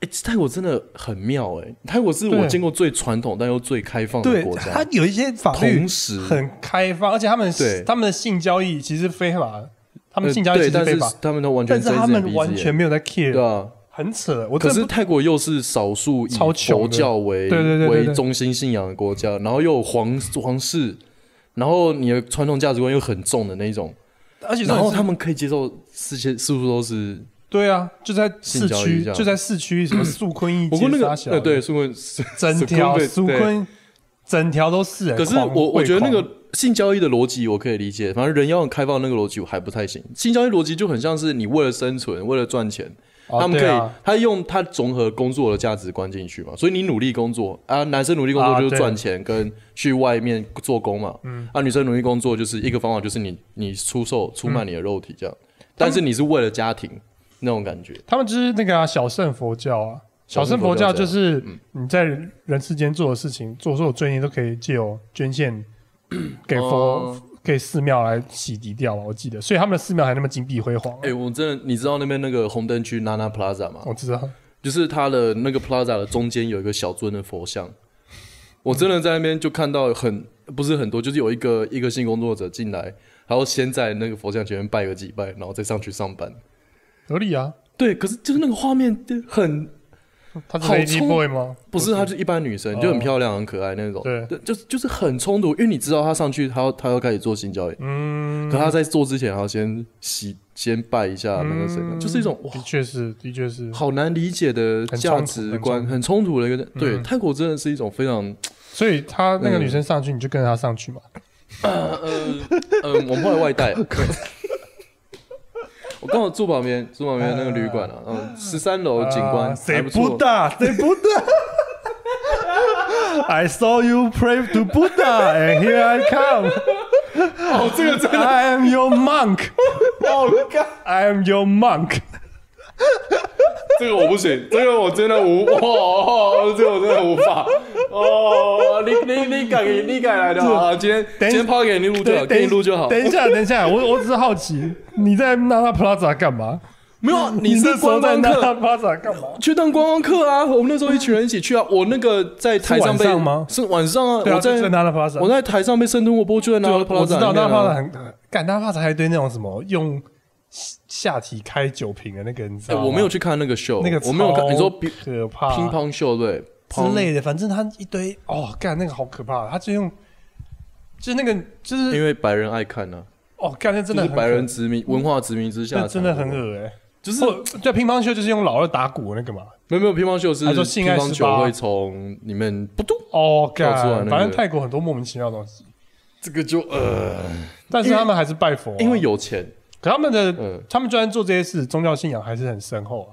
Speaker 2: 哎，这泰国真的很妙哎，泰国是我
Speaker 1: 对
Speaker 2: 见过最传统但又最开放的
Speaker 1: 对
Speaker 2: 国
Speaker 1: 他
Speaker 2: 家，
Speaker 1: 有一些法律
Speaker 2: 同时
Speaker 1: 很开放，而且他们
Speaker 2: 嗯对
Speaker 1: 他们的性交易其实非法的，他
Speaker 2: 他
Speaker 1: 们性交易其
Speaker 2: 呃对，
Speaker 1: 实
Speaker 2: 但
Speaker 1: 非
Speaker 2: 是
Speaker 1: 法，
Speaker 2: 他们都完全
Speaker 1: 但是
Speaker 2: 睁一
Speaker 1: 他
Speaker 2: 只眼闭
Speaker 1: 们
Speaker 2: 一
Speaker 1: 完
Speaker 2: 只
Speaker 1: 全
Speaker 2: 眼，
Speaker 1: 没有在 care，
Speaker 2: 对啊。
Speaker 1: 很扯。我真
Speaker 2: 可
Speaker 1: 的
Speaker 2: 是
Speaker 1: 不
Speaker 2: 泰国又是少数以
Speaker 1: 超穷的
Speaker 2: 佛教为
Speaker 1: 对对对对对
Speaker 2: 为中心信仰的国家，然后又有皇皇室，然后你的传统价值观又很重的那一种，
Speaker 1: 而且
Speaker 2: 然后他
Speaker 1: 们
Speaker 2: 们可以接受世界四处都是。
Speaker 1: 对啊，就在市
Speaker 2: 性交易
Speaker 1: 区
Speaker 2: 这，样
Speaker 1: 就在市区什么素坤一
Speaker 2: 不过那
Speaker 1: 街
Speaker 2: 个
Speaker 1: 杀小
Speaker 2: 呃，对，，苏坤
Speaker 1: 整条苏，
Speaker 2: 苏坤
Speaker 1: 坤整条都是欸。
Speaker 2: 对可是
Speaker 1: 狂
Speaker 2: 我我觉得那。
Speaker 1: 会狂
Speaker 2: 个性交易的逻辑我可以理解，反正人要很开放那个逻辑我还不太行。性交易逻辑就很像是你为了生存，为了赚钱，
Speaker 1: 哦
Speaker 2: 他们可
Speaker 1: 对
Speaker 2: 以，
Speaker 1: 啊
Speaker 2: 他用他综合工作的价值观进去嘛，所以你努力工作啊，男生努力工作
Speaker 1: 啊
Speaker 2: 就是
Speaker 1: 对
Speaker 2: 赚钱跟去外面做工嘛，嗯，啊，女生努力工作就是一个方法就是你你出售出卖你的肉体这样，但是你是为了家庭那种感觉，
Speaker 1: 他们就是那个啊、小圣佛教啊，
Speaker 2: 小
Speaker 1: 小
Speaker 2: 圣
Speaker 1: 圣
Speaker 2: 佛
Speaker 1: 佛
Speaker 2: 教嗯
Speaker 1: 教就是你在人世间做的事情，做所有罪孽都可以借由捐献 给佛、
Speaker 2: 哦
Speaker 1: 给寺庙来洗涤掉嘛。啊我记得，所以他们的寺庙还那么金碧辉煌啊、
Speaker 2: 哎、我真的你知道那边那个红灯区 Nana Plaza 吗？
Speaker 1: 我知道，
Speaker 2: 就是它的那个 Plaza 的中间有一个小尊的佛像，我真
Speaker 1: 嗯
Speaker 2: 的在那边就看到很不是很多，就是有一个一个性工作者进来，然后先在那个佛像前面拜个几拜，然后再上去上班。
Speaker 1: 合理啊。
Speaker 2: 对，可是就是那个画面就很
Speaker 1: 他是
Speaker 2: 好
Speaker 1: Lady
Speaker 2: 冲
Speaker 1: Boy 吗？
Speaker 2: 不是，她就一般女生，
Speaker 1: 哦
Speaker 2: 就很漂亮、很可爱那种。
Speaker 1: 对
Speaker 2: 就是就是很冲突，因为你知道她上去，她要她要开始做性交易，
Speaker 1: 嗯，
Speaker 2: 可她在做之前，还要先洗先拜一下那个谁，
Speaker 1: 嗯
Speaker 2: 就是一种哇
Speaker 1: 的，确是，的确是。
Speaker 2: 好难理解的
Speaker 1: 很
Speaker 2: 价
Speaker 1: 冲突
Speaker 2: 值
Speaker 1: 很
Speaker 2: 观，
Speaker 1: 冲
Speaker 2: 很冲突的一个。对，
Speaker 1: 嗯
Speaker 2: 泰国真的是一种非常。
Speaker 1: 所以他那个
Speaker 2: 嗯
Speaker 1: 女生上去，你就跟着她上去嘛。
Speaker 2: 嗯，我们后来外带。 我刚好住旁边，住旁边那个旅馆啊，嗯，十三楼景观
Speaker 1: 啊谁
Speaker 2: 还错。
Speaker 1: Buddha？谁 Buddha？I saw you pray to Buddha, and here I come.
Speaker 2: 哦，这个真的
Speaker 1: I am your monk. I am your monk.
Speaker 2: 这个我不行，这个我真的无，哦，这个我真的无法。哦，你你你改你改来的啊，今天今
Speaker 1: 等一
Speaker 2: 天抛给你录就
Speaker 1: 等
Speaker 2: 好，啊给你录就好。
Speaker 1: 等一下，等一下，我我只是好奇，你在 Nana Plaza 干嘛？
Speaker 2: 没有，啊你
Speaker 1: 你
Speaker 2: 是
Speaker 1: 那时候
Speaker 2: 观
Speaker 1: 在 Nana
Speaker 2: 光客，
Speaker 1: Plaza 干嘛？
Speaker 2: 去当观光客啊！我们那时候一群人一起去啊。我那个在台上被
Speaker 1: 是晚上吗
Speaker 2: 是晚上啊，
Speaker 1: 对啊，
Speaker 2: 我
Speaker 1: 就是在
Speaker 2: 在
Speaker 1: Nana Plaza。
Speaker 2: 我在台上被生吞活剥削的
Speaker 1: 对
Speaker 2: 那
Speaker 1: 啊
Speaker 2: 个 plaza
Speaker 1: 我知道
Speaker 2: 里面啊
Speaker 1: Nana Plaza 很干，Nana Plaza 还有一堆那种什么用下下体开酒瓶的那个，你知
Speaker 2: 哎、
Speaker 1: 道吗？
Speaker 2: 我没有去看那个秀，
Speaker 1: 啊那个
Speaker 2: 我没有看。
Speaker 1: 超
Speaker 2: 你说乒
Speaker 1: 可怕
Speaker 2: 乒乓秀对
Speaker 1: 之
Speaker 2: 乓
Speaker 1: 类的，反正他一堆哦，干那个好可怕，他就用就是那个就是
Speaker 2: 因为白人爱看呢、
Speaker 1: 哦，干那真
Speaker 2: 就
Speaker 1: 的
Speaker 2: 是
Speaker 1: 很
Speaker 2: 白人啊
Speaker 1: 可
Speaker 2: 殖民文化殖民之下
Speaker 1: 那
Speaker 2: 的
Speaker 1: 真
Speaker 2: 产物，
Speaker 1: 的很恶哎、
Speaker 2: 就是
Speaker 1: 或对乒乓球就是用老二打鼓的那个嘛，
Speaker 2: 没有没有乒乓秀是
Speaker 1: 他
Speaker 2: 乒
Speaker 1: 说性爱
Speaker 2: 乓
Speaker 1: 18
Speaker 2: 球会从里面不嘟，
Speaker 1: 哦干
Speaker 2: 跳出来那个，
Speaker 1: 反正泰国很多莫名其妙的东西，
Speaker 2: 这个就呃，
Speaker 1: 但是他们还是拜佛啊、
Speaker 2: 因为有钱，
Speaker 1: 可他们的、
Speaker 2: 嗯
Speaker 1: 他们就算做这些事，宗教信仰还是很深厚啊，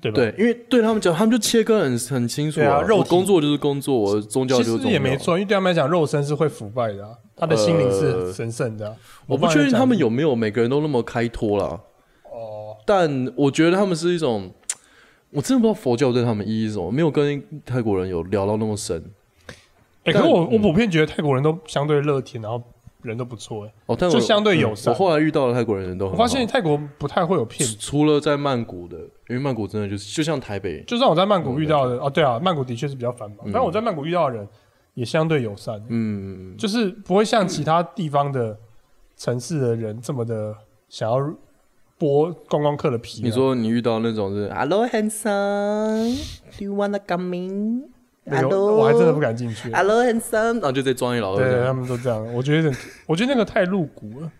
Speaker 1: 对吧？
Speaker 2: 对，因为对他们讲，他们就切割很很清楚
Speaker 1: 对啊肉
Speaker 2: 我
Speaker 1: 体
Speaker 2: 工作就是工作，我宗教
Speaker 1: 其
Speaker 2: 就是
Speaker 1: 实
Speaker 2: 宗教，
Speaker 1: 也没。错，因为对他们来讲，肉身是会腐败的、啊，他的心灵是神圣的啊、
Speaker 2: 呃我不
Speaker 1: 知道
Speaker 2: 确定
Speaker 1: 讲
Speaker 2: 他们有没有每个人都那么开脱啦，
Speaker 1: 哦，
Speaker 2: 但我觉得他们是一种，我真的不知道佛教对他们意义是什么，没有跟泰国人有聊到那么深。
Speaker 1: 哎、可是
Speaker 2: 但
Speaker 1: 我、我
Speaker 2: 嗯
Speaker 1: 普遍觉得泰国人都相对乐天，然后人都不错哎、
Speaker 2: 哦，但我
Speaker 1: 就相对友善
Speaker 2: 我后来遇到的泰国人都很
Speaker 1: 我
Speaker 2: 好，
Speaker 1: 发现泰国不太会有骗
Speaker 2: 除
Speaker 1: 子，
Speaker 2: 除了在曼谷的，因为曼谷真的就是就像台北，
Speaker 1: 就算我在曼谷遇到
Speaker 2: 嗯
Speaker 1: 的，哦，对啊，曼谷的确是比较繁忙，但我在曼谷遇到的人也相对友善，
Speaker 2: 嗯，
Speaker 1: 就是不会像其他地方的城市的人这么的想要剥观光客的皮啊、
Speaker 2: 你说你遇到那种是啊，
Speaker 3: Hello, handsome. Do you wanna come in?
Speaker 1: 那个，我还真的不
Speaker 3: Hello,
Speaker 1: 敢进去。
Speaker 3: hello, handsome.
Speaker 2: 然后就在装一老二这
Speaker 1: 对他
Speaker 2: 样，
Speaker 1: 们都这样，我觉得有点，我觉得那个太露骨了。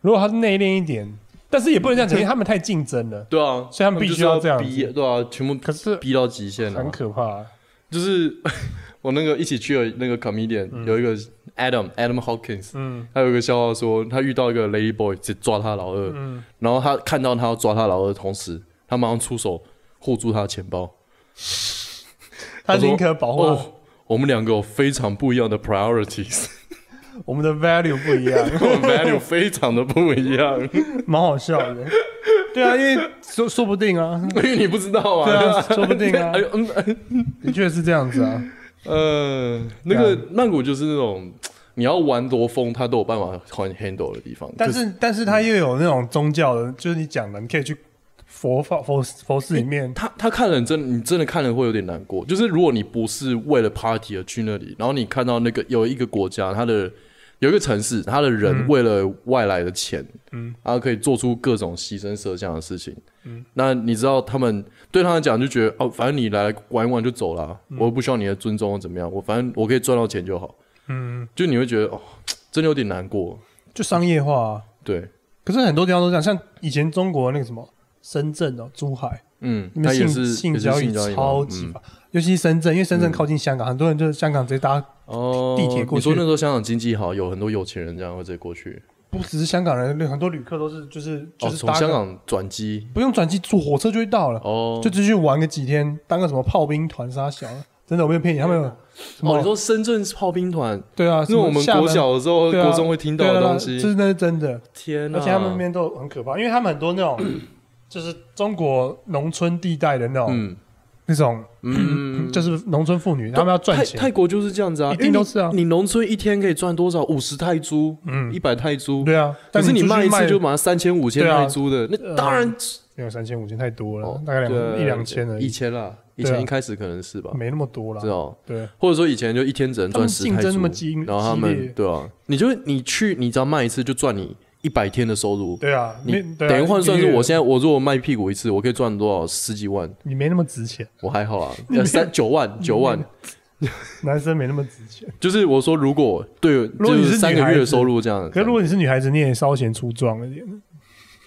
Speaker 1: 如果他内敛一点，但是也不能这 样讲，因为他们太竞争了，
Speaker 2: 对啊，
Speaker 1: 所以他们必须要
Speaker 2: 要
Speaker 1: 这样子
Speaker 2: 逼，对啊，全部
Speaker 1: 可是
Speaker 2: 逼到极限
Speaker 1: 很
Speaker 2: 了。
Speaker 1: 可怕啊、
Speaker 2: 就是 我那个一起去的那个 comedian 有一个 Adam Adam Hawkins，
Speaker 1: 嗯
Speaker 2: 他有一个笑话说，他遇到一个 lady boy 直接抓他老二，
Speaker 1: 嗯，
Speaker 2: 然后他看到他要抓他老二的同时，他马上出手护住他的钱包。
Speaker 1: 他
Speaker 2: 他说
Speaker 1: 宁可保护他
Speaker 2: 哦，我们两个有非常不一样的 priorities，
Speaker 1: 我们的 value 不一样。
Speaker 2: 我们 value 非常的不一样，
Speaker 1: 蛮好笑 的。对啊，因为说说不定啊，
Speaker 2: 因为你不知道啊，
Speaker 1: 对啊说不定啊
Speaker 2: 哎呦嗯，哎
Speaker 1: 的确是这样子啊。
Speaker 2: 呃，那
Speaker 1: 啊
Speaker 2: 个曼谷就是那种你要玩多疯，他都有办法 hand- handle 的地方。
Speaker 1: 但
Speaker 2: 可
Speaker 1: 是但是他又有那种宗教的，就是你讲的，你可以去佛法佛佛寺里面，
Speaker 2: 他他看了你真，你真的看了会有点难过。就是如果你不是为了 party 而去那里，然后你看到那个有一个国家，它的有一个城市，它的人为了外来的钱，嗯，啊，可以做出各种牺牲设想的事情。嗯，那你知道他们对他们讲就觉得哦，反正你来玩一玩就走了，我不需要你的尊重或怎么样，我反正我可以赚到钱就好。
Speaker 1: 嗯，
Speaker 2: 就你会觉得哦，真的有点难过。
Speaker 1: 就商业化啊、
Speaker 2: 对，
Speaker 1: 可是很多地方都这样，像以前中国那个什么深圳哦、珠海，
Speaker 2: 嗯，
Speaker 1: 那
Speaker 2: 他
Speaker 1: 边性
Speaker 2: 也是也
Speaker 1: 性
Speaker 2: 是
Speaker 1: 交易
Speaker 2: 性交易嘛
Speaker 1: 超级
Speaker 2: 嗯
Speaker 1: 发，尤其是深圳，因为深圳
Speaker 2: 嗯
Speaker 1: 靠近香港，很多人就是香港直接搭，
Speaker 2: 哦，
Speaker 1: 地铁过去
Speaker 2: 你说那时候香港经济好，有很多有钱人这样会直接过去。
Speaker 1: 不只是香港人，很多旅客都是就是就
Speaker 2: 哦，
Speaker 1: 是
Speaker 2: 从
Speaker 1: 搭个
Speaker 2: 香港转机
Speaker 1: 不用转机，坐火车就会到了，
Speaker 2: 哦，
Speaker 1: 就只去玩个几天，当个什么炮兵团啥小的，真的我没有骗你，他们有什么
Speaker 2: 哦，你说深圳炮兵团，
Speaker 1: 对啊，
Speaker 2: 是我们
Speaker 1: 什么
Speaker 2: 国
Speaker 1: 厦门
Speaker 2: 小的时候、
Speaker 1: 对啊
Speaker 2: 国中会听到
Speaker 1: 对
Speaker 2: 的
Speaker 1: 啊
Speaker 2: 东
Speaker 1: 这
Speaker 2: 西。
Speaker 1: 是那是真的，
Speaker 2: 天啊哪！
Speaker 1: 而且他们那边都很可怕，因为他们很多那种就是中国农村地带的那种
Speaker 2: 嗯嗯
Speaker 1: 那种
Speaker 2: 嗯，
Speaker 1: 就是农村妇女，他们要赚
Speaker 2: 泰
Speaker 1: 钱，
Speaker 2: 泰国就是这样子啊，
Speaker 1: 一定都是啊
Speaker 2: 因为你你农村一天可以赚多少？五十泰铢，
Speaker 1: 嗯
Speaker 2: 一百泰铢。
Speaker 1: 对啊，
Speaker 2: 可
Speaker 1: 但
Speaker 2: 是你
Speaker 1: 出去
Speaker 2: 卖
Speaker 1: 卖
Speaker 2: 一次就马上三千五千
Speaker 1: 对啊
Speaker 2: 泰铢的，那当然
Speaker 1: 没有三千五千太多了
Speaker 2: 哦，
Speaker 1: 大概两
Speaker 2: 对
Speaker 1: 一两千而
Speaker 2: 一
Speaker 1: 已，
Speaker 2: 千啦，以
Speaker 1: 对啊嗯
Speaker 2: 前一开始可能是吧，啊哦
Speaker 1: 没那么多
Speaker 2: 知
Speaker 1: 了。
Speaker 2: 道。
Speaker 1: 对，
Speaker 2: 或者说以前就一天只能
Speaker 1: 他
Speaker 2: 赚
Speaker 1: 们
Speaker 2: 十
Speaker 1: 竞
Speaker 2: 泰
Speaker 1: 争
Speaker 2: 铢
Speaker 1: 那么激，
Speaker 2: 然后他
Speaker 1: 激烈
Speaker 2: 们对啊，你就是你去，你只要卖一次就赚你一百天的收入，
Speaker 1: 对啊，
Speaker 2: 你
Speaker 1: 没对啊
Speaker 2: 等于换算
Speaker 1: 一个
Speaker 2: 是
Speaker 1: 月
Speaker 2: 我现在我如果卖屁股一次，我可以赚多少？十几万，
Speaker 1: 你没那么值钱，
Speaker 2: 我还好啊，呃三九万九万，
Speaker 1: 男生没那么值钱。
Speaker 2: 就是我说如果对，
Speaker 1: 如果
Speaker 2: 就
Speaker 1: 你是
Speaker 2: 是三个
Speaker 1: 女孩
Speaker 2: 月的
Speaker 1: 子
Speaker 2: 收入这样，嗯
Speaker 1: 可是如果你是女孩子，你也稍显粗壮一点。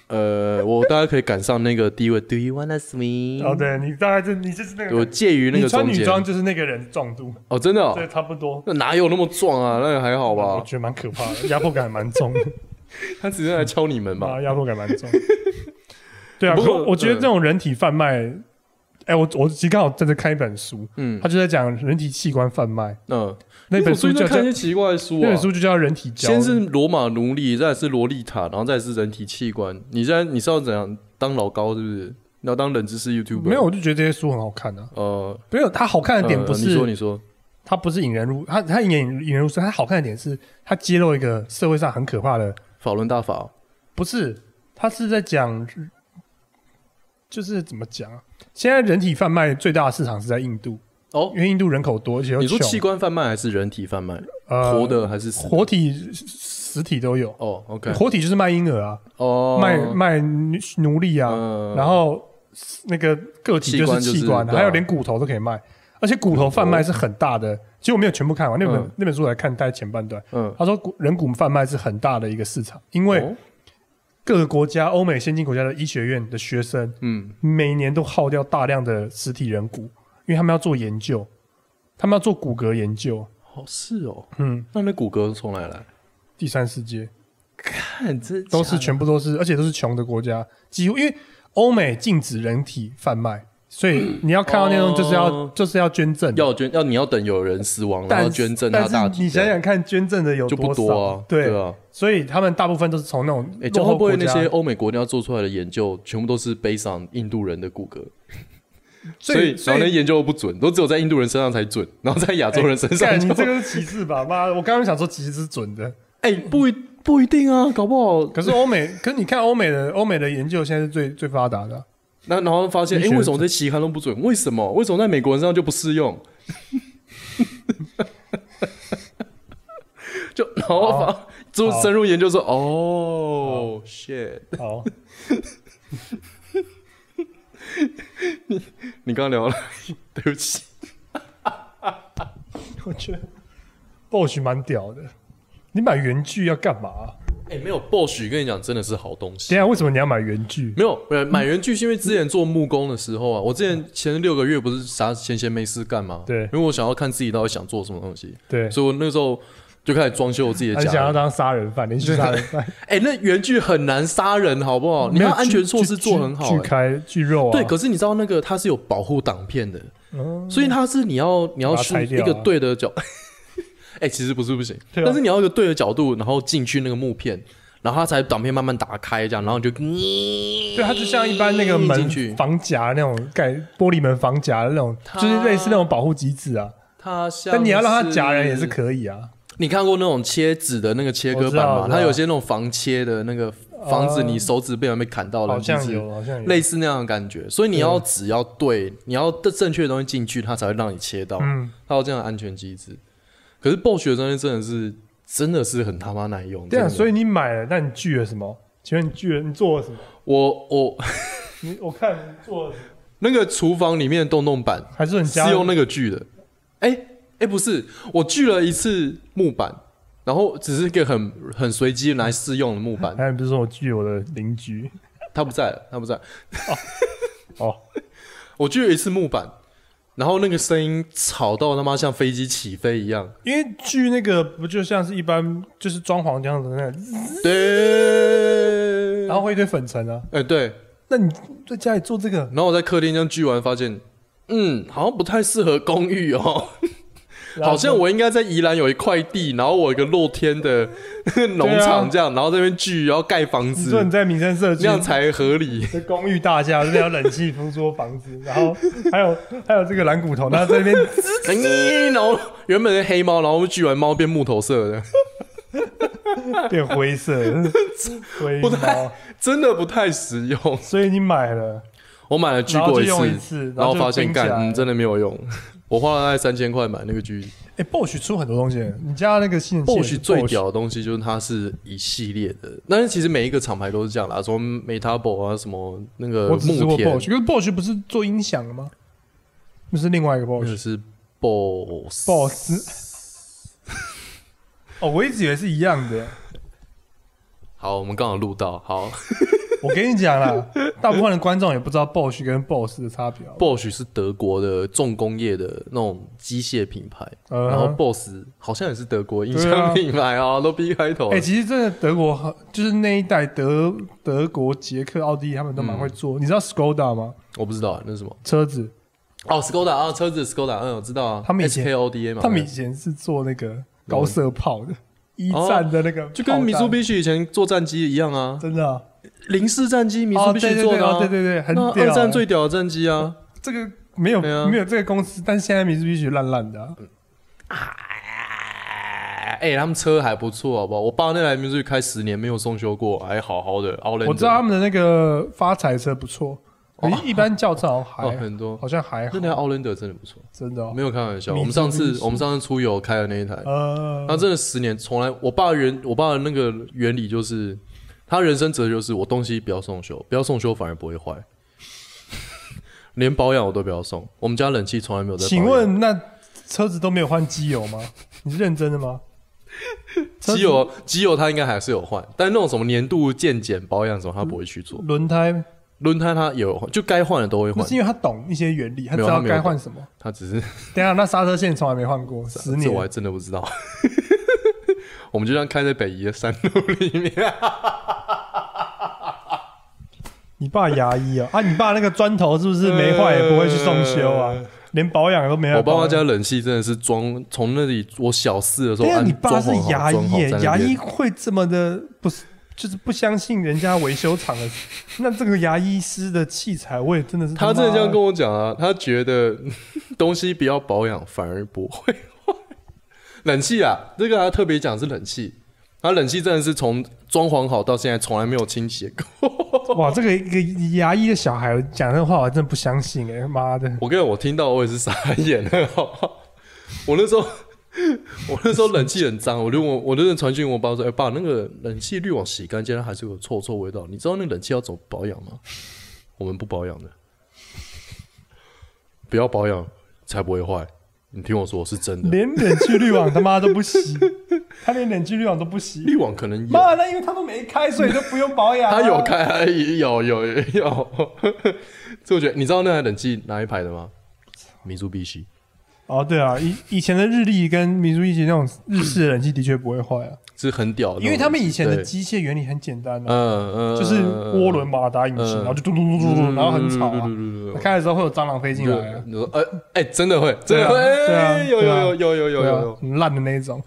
Speaker 2: 呃，我大概可以赶上那个地位，
Speaker 3: Do you wanna swing？
Speaker 1: 哦，对你大概就你就是那个
Speaker 2: 我
Speaker 1: 人，
Speaker 2: 介于那
Speaker 1: 你
Speaker 2: 个
Speaker 1: 穿
Speaker 2: 中
Speaker 1: 女
Speaker 2: 间
Speaker 1: 装就是那个人的壮度，
Speaker 2: 哦，真的哦，
Speaker 1: 对，差不多。
Speaker 2: 那哪有那么壮啊？那个还好
Speaker 1: 我
Speaker 2: 吧，
Speaker 1: 觉得蛮可怕的，压迫感蛮 重的，
Speaker 2: 他只是来敲你们吧
Speaker 1: 啊，？压迫感蛮 重。对啊，
Speaker 2: 不
Speaker 1: 不
Speaker 2: 过
Speaker 1: 过我觉得
Speaker 2: 嗯
Speaker 1: 这种人体贩卖，哎、我我其实刚好在这看一本书，
Speaker 2: 嗯
Speaker 1: 他就在讲人体器官贩卖，
Speaker 2: 嗯，
Speaker 1: 那本书就
Speaker 2: 你怎么最近在
Speaker 1: 叫
Speaker 2: 看一些奇怪的书
Speaker 1: 那
Speaker 2: 啊
Speaker 1: 本。书就叫《人体交易
Speaker 2: 先》，是罗马奴隶，再来是洛丽塔，然后再来是人体器官。你现在你是要怎样当老高是不是？你要当冷知识 YouTuber？
Speaker 1: 没有，我就觉得这些书很好看啊。
Speaker 2: 呃，
Speaker 1: 没有，它好看的点不
Speaker 2: 呃、你
Speaker 1: 是、
Speaker 2: 说你说，
Speaker 1: 它不是引人入，它它引人引人入胜，它好看的点是它揭露一个社会上很可怕的，
Speaker 2: 法轮大法哦
Speaker 1: 不是，它是在讲，就是怎么讲啊？现在人体贩卖最大的市场是在印度，
Speaker 2: 哦
Speaker 1: 因。为印度人口多，而且又
Speaker 2: 你说
Speaker 1: 穷
Speaker 2: 器官贩卖还是人体贩卖？
Speaker 1: 呃
Speaker 2: 活的还是死的？
Speaker 1: 活体实体都有，
Speaker 2: 哦，OK，
Speaker 1: 活体就是卖婴儿啊，
Speaker 2: 哦，
Speaker 1: 卖卖奴奴隶啊，
Speaker 2: 嗯
Speaker 1: 然后那个个体就是器
Speaker 2: 器官
Speaker 1: 官，
Speaker 2: 就是啊
Speaker 1: 还有连骨头都可以卖，而且骨头贩卖是很大的。其实我没有全部看完那本、
Speaker 2: 嗯
Speaker 1: 那本书，我来看大概前半段。
Speaker 2: 嗯，
Speaker 1: 他说骨人骨贩卖是很大的一个市场，因为
Speaker 2: 哦
Speaker 1: 各个国家、欧美先进国家的医学院的学生
Speaker 2: 嗯
Speaker 1: 每年都耗掉大量的实体人骨，因为他们要做研究，他们要做骨骼研究。
Speaker 2: 哦是哦，
Speaker 1: 嗯，
Speaker 2: 那那骨骼从哪里来？
Speaker 1: 第三世界
Speaker 3: 看，这
Speaker 1: 都是全部都是，而且都是穷的国家，几乎因为欧美禁止人体贩卖，所以你要看到那种就是要、
Speaker 2: 哦
Speaker 1: 就是要捐赠的，
Speaker 2: 要捐要你要等有人死亡，然
Speaker 1: 但
Speaker 2: 后
Speaker 1: 是
Speaker 2: 捐赠他
Speaker 1: 但
Speaker 2: 大
Speaker 1: 是
Speaker 2: 体，
Speaker 1: 你想想看，捐赠的有
Speaker 2: 就不
Speaker 1: 少？
Speaker 2: 多啊，
Speaker 1: 对，
Speaker 2: 对啊。
Speaker 1: 所以他们大部分都是从那种
Speaker 2: 哎，这
Speaker 1: 落
Speaker 2: 会
Speaker 1: 后
Speaker 2: 不
Speaker 1: 国
Speaker 2: 会
Speaker 1: 家，
Speaker 2: 那些欧美国家做出来的研究，全部都是悲伤印度人的骨骼？所
Speaker 1: 所
Speaker 2: 以
Speaker 1: 以
Speaker 2: 然后那
Speaker 1: 以。
Speaker 2: 研究不准，都只有在印度人身上才准，然后在亚洲人身
Speaker 1: 干你
Speaker 2: 上就
Speaker 1: 这 个是歧视吧？妈，我刚刚想说歧视是准的，
Speaker 2: 哎、不一不一定啊，搞不好
Speaker 1: 可是欧美，可是你看欧美的欧美的研究现在是最最发达的啊，
Speaker 2: 那然后发现哎、
Speaker 1: 你觉得
Speaker 2: 为什么这期刊都不准？为什么？为什么在美国人身上就不适用？ 就然后发、就深入研究说哦、shit，
Speaker 1: 好，
Speaker 2: 你刚刚聊了， 对不起，
Speaker 1: 我觉得 Bosch 蛮屌的。你买原剧要干嘛啊？
Speaker 2: 哎、没有 Bosch 跟你讲真的是好东西
Speaker 1: 等一。下为什么你要买原剧？
Speaker 2: 没有，呃，买原剧是因为之前做木工的时候啊，我之前前六个月不是啥闲闲没事干嘛？
Speaker 1: 对
Speaker 2: 因为我想要看自己到底想做什么东西，
Speaker 1: 对，
Speaker 2: 所以我那时候就开始装修我自己的
Speaker 1: 很想
Speaker 2: 家
Speaker 1: 要。当杀人犯，连续杀人犯，
Speaker 2: 哎、那原剧很难杀人，好不好？你们要安全措施做很好、
Speaker 1: 锯
Speaker 2: 哎
Speaker 1: 开锯肉啊，
Speaker 2: 对，可是你知道那个它是有保护挡片的，
Speaker 1: 嗯
Speaker 2: 所以它是你要你要
Speaker 1: 把它
Speaker 2: 是
Speaker 1: 拆
Speaker 2: 一
Speaker 1: 掉啊
Speaker 2: 个对的角， 哎、其实不是不行，
Speaker 1: 对啊
Speaker 2: 但是你要一个对的角度，然后进去那个木片，然后它才挡片慢慢打开，这样，然后你就
Speaker 1: 对，它就像一般那个门
Speaker 2: 进去
Speaker 1: 防夹那种盖玻璃门防夹的那种，
Speaker 2: 它
Speaker 1: 就是类似那种保护机制啊。
Speaker 2: 他像
Speaker 1: 但你要让他夹人也是
Speaker 2: 是。
Speaker 1: 可以啊。
Speaker 2: 你看过那种切纸的那个切割
Speaker 1: 我知
Speaker 2: 板
Speaker 1: 道
Speaker 2: 吗
Speaker 1: 我？知道
Speaker 2: 它有些那种防切的那个防止你手指被人被砍到了，
Speaker 1: 好像
Speaker 2: 就是
Speaker 1: 有，好像有
Speaker 2: 类似那样的感觉。所以你要纸要对，你要的正确的东西进去，它才会让你切到。
Speaker 1: 嗯，
Speaker 2: 它有这样的安全机制。可是暴雪的东西真的是真的是很他妈难用。
Speaker 1: 对啊，
Speaker 2: 真的
Speaker 1: 所以你买了，那你拒了什么？请问你拒了，你做了什么？
Speaker 2: 我我
Speaker 1: 你我看你做了什么，
Speaker 2: 那个厨房里面的洞洞板
Speaker 1: 还是你
Speaker 2: 是
Speaker 1: 家
Speaker 2: 用那个锯的。哎、哎，不是，我锯了一次木板，然后只是一个很很随机拿来试用的木 板。
Speaker 1: 哎，你不是说我拒我的邻居
Speaker 2: 他不在了，他不在。
Speaker 1: 哦，
Speaker 2: 我锯了一次木板，然后那个声音吵到他妈像飞机起飞一样。
Speaker 1: 因为锯那个不就像是一般就是装潢这样子那样，
Speaker 2: 对，
Speaker 1: 然后会一堆粉尘啊。
Speaker 2: 哎、对，
Speaker 1: 那你在家里做这个，
Speaker 2: 然后我在客厅这样锯完，发现嗯，好像不太适合公寓 哦，
Speaker 1: 然后
Speaker 2: 好像我应该在宜兰有一块地，然后我有一个露天的 农场这样，然后在那边锯，然后盖房
Speaker 1: 你
Speaker 2: 子，
Speaker 1: 说你在民生社区
Speaker 2: 这样才合理。
Speaker 1: 这公寓大厦这边有冷气、风桌、房子，然后还有还有这个蓝骨头，然后在那边
Speaker 2: 然后原本是黑猫，然后锯完猫变木头 色的，
Speaker 1: 变灰色，灰
Speaker 2: 不
Speaker 1: 毛
Speaker 2: 太。真的不太实用。
Speaker 1: 所以你买了，
Speaker 2: 我买了锯
Speaker 1: 然后
Speaker 2: 过
Speaker 1: 就
Speaker 2: 一
Speaker 1: 用一
Speaker 2: 次，
Speaker 1: 次，
Speaker 2: 然后
Speaker 1: 就
Speaker 2: 发现
Speaker 1: 冰起来
Speaker 2: 干、
Speaker 1: 了
Speaker 2: 嗯、真的没 有用，我花了大概三千块买那个锯。
Speaker 1: 哎、b o s h 出很多东西，你家那个新人
Speaker 2: Bosch 最屌的东西就是它是一系列的，但是其实每一个厂牌都是这样啦，什么 Metabo 啊，什么那个
Speaker 1: 我只吃
Speaker 2: 木
Speaker 1: 过 b
Speaker 2: 田
Speaker 1: o s，h 可是 b o s h 不是做音响的吗？那是另外一个 b o
Speaker 2: 那
Speaker 1: s
Speaker 2: 个
Speaker 1: h
Speaker 2: 是 Boss。
Speaker 1: Boss。哦，我一直以为是一样的。
Speaker 2: 好，我们刚好录到，好
Speaker 1: 我跟你讲啦，大部分的观众也不知道 b o s h 跟 Boss 的差别。哦
Speaker 2: ，Bosch 是德国的重工业的那种机械品牌，
Speaker 1: 嗯
Speaker 2: 然后 Boss 好像也是德国音
Speaker 1: 对
Speaker 2: 响
Speaker 1: 啊
Speaker 2: 品牌啊，都 B 开头
Speaker 1: 哎、
Speaker 2: 的。
Speaker 1: 其实真的德国很就是那一代德德国、捷克、奥地利他们都蛮
Speaker 2: 嗯
Speaker 1: 会做。你知道 Skoda 吗？
Speaker 2: 我不知道啊那是什么
Speaker 1: 车子，
Speaker 2: 哦，Skoda 啊，车子 Skoda，嗯，我知道啊，
Speaker 1: 他们以前
Speaker 2: SKODA 嘛，
Speaker 1: 他们以
Speaker 2: 对
Speaker 1: 前是做那个高射炮的，一战的那个炮弹，
Speaker 2: 哦就跟 Mitsubishi 以前做战机一样啊，
Speaker 1: 真的、啊，
Speaker 2: 零式战机
Speaker 1: 哦，对
Speaker 2: Mitsubishi
Speaker 1: 对
Speaker 2: 做
Speaker 1: 对
Speaker 2: 的
Speaker 1: 哦
Speaker 2: 啊
Speaker 1: 对，对对，很
Speaker 2: 那
Speaker 1: 屌欸、
Speaker 2: 二战最屌的战机啊，
Speaker 1: 这个没有、
Speaker 2: 对啊
Speaker 1: 没有这个公司，但是现在 Mitsubishi 烂烂的啊、
Speaker 2: 哎、他们车还不错，好不好？我爸那台 Mitsubishi 开十年没有送修过，还好好的。奥兰，
Speaker 1: 我知道他们的那个发财车不错，可
Speaker 2: 哦
Speaker 1: 是一般轿车好像
Speaker 2: 哦
Speaker 1: 还、
Speaker 2: 很多，
Speaker 1: 好像还好哦
Speaker 2: 那，台奥兰德真的不错，
Speaker 1: 真的、哦
Speaker 2: 没，有开玩笑。
Speaker 1: Mitsubishi
Speaker 2: 我们上次我们上次出游开的那一台，
Speaker 1: 呃，
Speaker 2: 他真的十年从来，我爸原我爸的那个原理就是，他人生哲学就是我东西不要送修，不要送修反而不会坏， 连保养我都不要送。我们家冷气从来没有在。
Speaker 1: 请问那车子都没有换机油吗？你是认真的吗？车子
Speaker 2: 机油啊机油它应该还是有换，但那种什么年度健检保养什么，他不会去做。
Speaker 1: 轮胎
Speaker 2: 轮胎它也有换，就该换的都会
Speaker 1: 那
Speaker 2: 换
Speaker 1: 是。因为他懂一些原理，他
Speaker 2: 没
Speaker 1: 知
Speaker 2: 有
Speaker 1: 道
Speaker 2: 他没有
Speaker 1: 该换什么。
Speaker 2: 他只是
Speaker 1: 等一下，那刹车线从来没换过，十
Speaker 2: 啊这我还
Speaker 1: 年。
Speaker 2: 真的不知道。 我们就这样开在北宜的山路里面，
Speaker 1: 你爸牙医啊？啊，你爸那个砖头是不是没坏也不会去送修啊？连保养都没有。
Speaker 2: 呃我爸妈家冷气真的是装，从那里我小四的时候
Speaker 1: 对啊，
Speaker 2: 安
Speaker 1: 你爸
Speaker 2: 装
Speaker 1: 是
Speaker 2: 潢好，
Speaker 1: 牙
Speaker 2: 装
Speaker 1: 医
Speaker 2: 好
Speaker 1: 耶
Speaker 2: 在，那
Speaker 1: 牙医
Speaker 2: 边。
Speaker 1: 会这么的不是？就是不相信人家维修厂的， 那这个牙医师的器材，我也真的是
Speaker 2: 他真的这样跟
Speaker 1: 我
Speaker 2: 我讲啊，他觉得 东西不要保养反而不会坏。冷气啊，这个他特别讲是冷气，他冷气真的是从装潢好到现在从来没有清洗过。
Speaker 1: 哇，这个一个牙医的小孩讲这话，我真的不相信哎、妈的！
Speaker 2: 我跟你讲，我听到我也是傻眼了，好不好？我那时候，我那时候冷气很脏，我就我我那阵传讯我爸说：“哎、爸，那个冷气滤网洗干净，它还是有臭臭味道。你知道那冷气要怎么保养吗？我们不保养的，不要保养才不会坏。你听我说，是真的。
Speaker 1: 连冷气滤网他妈都不 洗，他连冷气滤网都不洗，
Speaker 2: 滤网可能有，
Speaker 1: 妈，那因为他都没开，所以就不用保养、啊
Speaker 2: 它有，开，它也有有有有。 所以我觉得，你知道那台冷气哪一排的吗？民族必须。
Speaker 1: 哦，对啊，以以前的日立跟民族一起那种日式的冷气的确不会坏啊，
Speaker 2: 是很屌的那种冷气，
Speaker 1: 因为他们以前的
Speaker 2: 嗯对
Speaker 1: 机械原理很简单啊，
Speaker 2: 嗯嗯，
Speaker 1: 就是涡轮马达引擎，
Speaker 2: 嗯
Speaker 1: 然后就咚咚咚咚咚，然后很吵啊，
Speaker 2: 啊
Speaker 1: 开的时候会有蟑螂飞进来啊，
Speaker 2: 你说，呃，哎，真的会，真的会，
Speaker 1: 对啊
Speaker 2: 哎有
Speaker 1: 对
Speaker 2: 有
Speaker 1: 啊
Speaker 2: 有有有有
Speaker 1: 对
Speaker 2: 有
Speaker 1: 啊
Speaker 2: 有，，
Speaker 1: 很烂的那一种，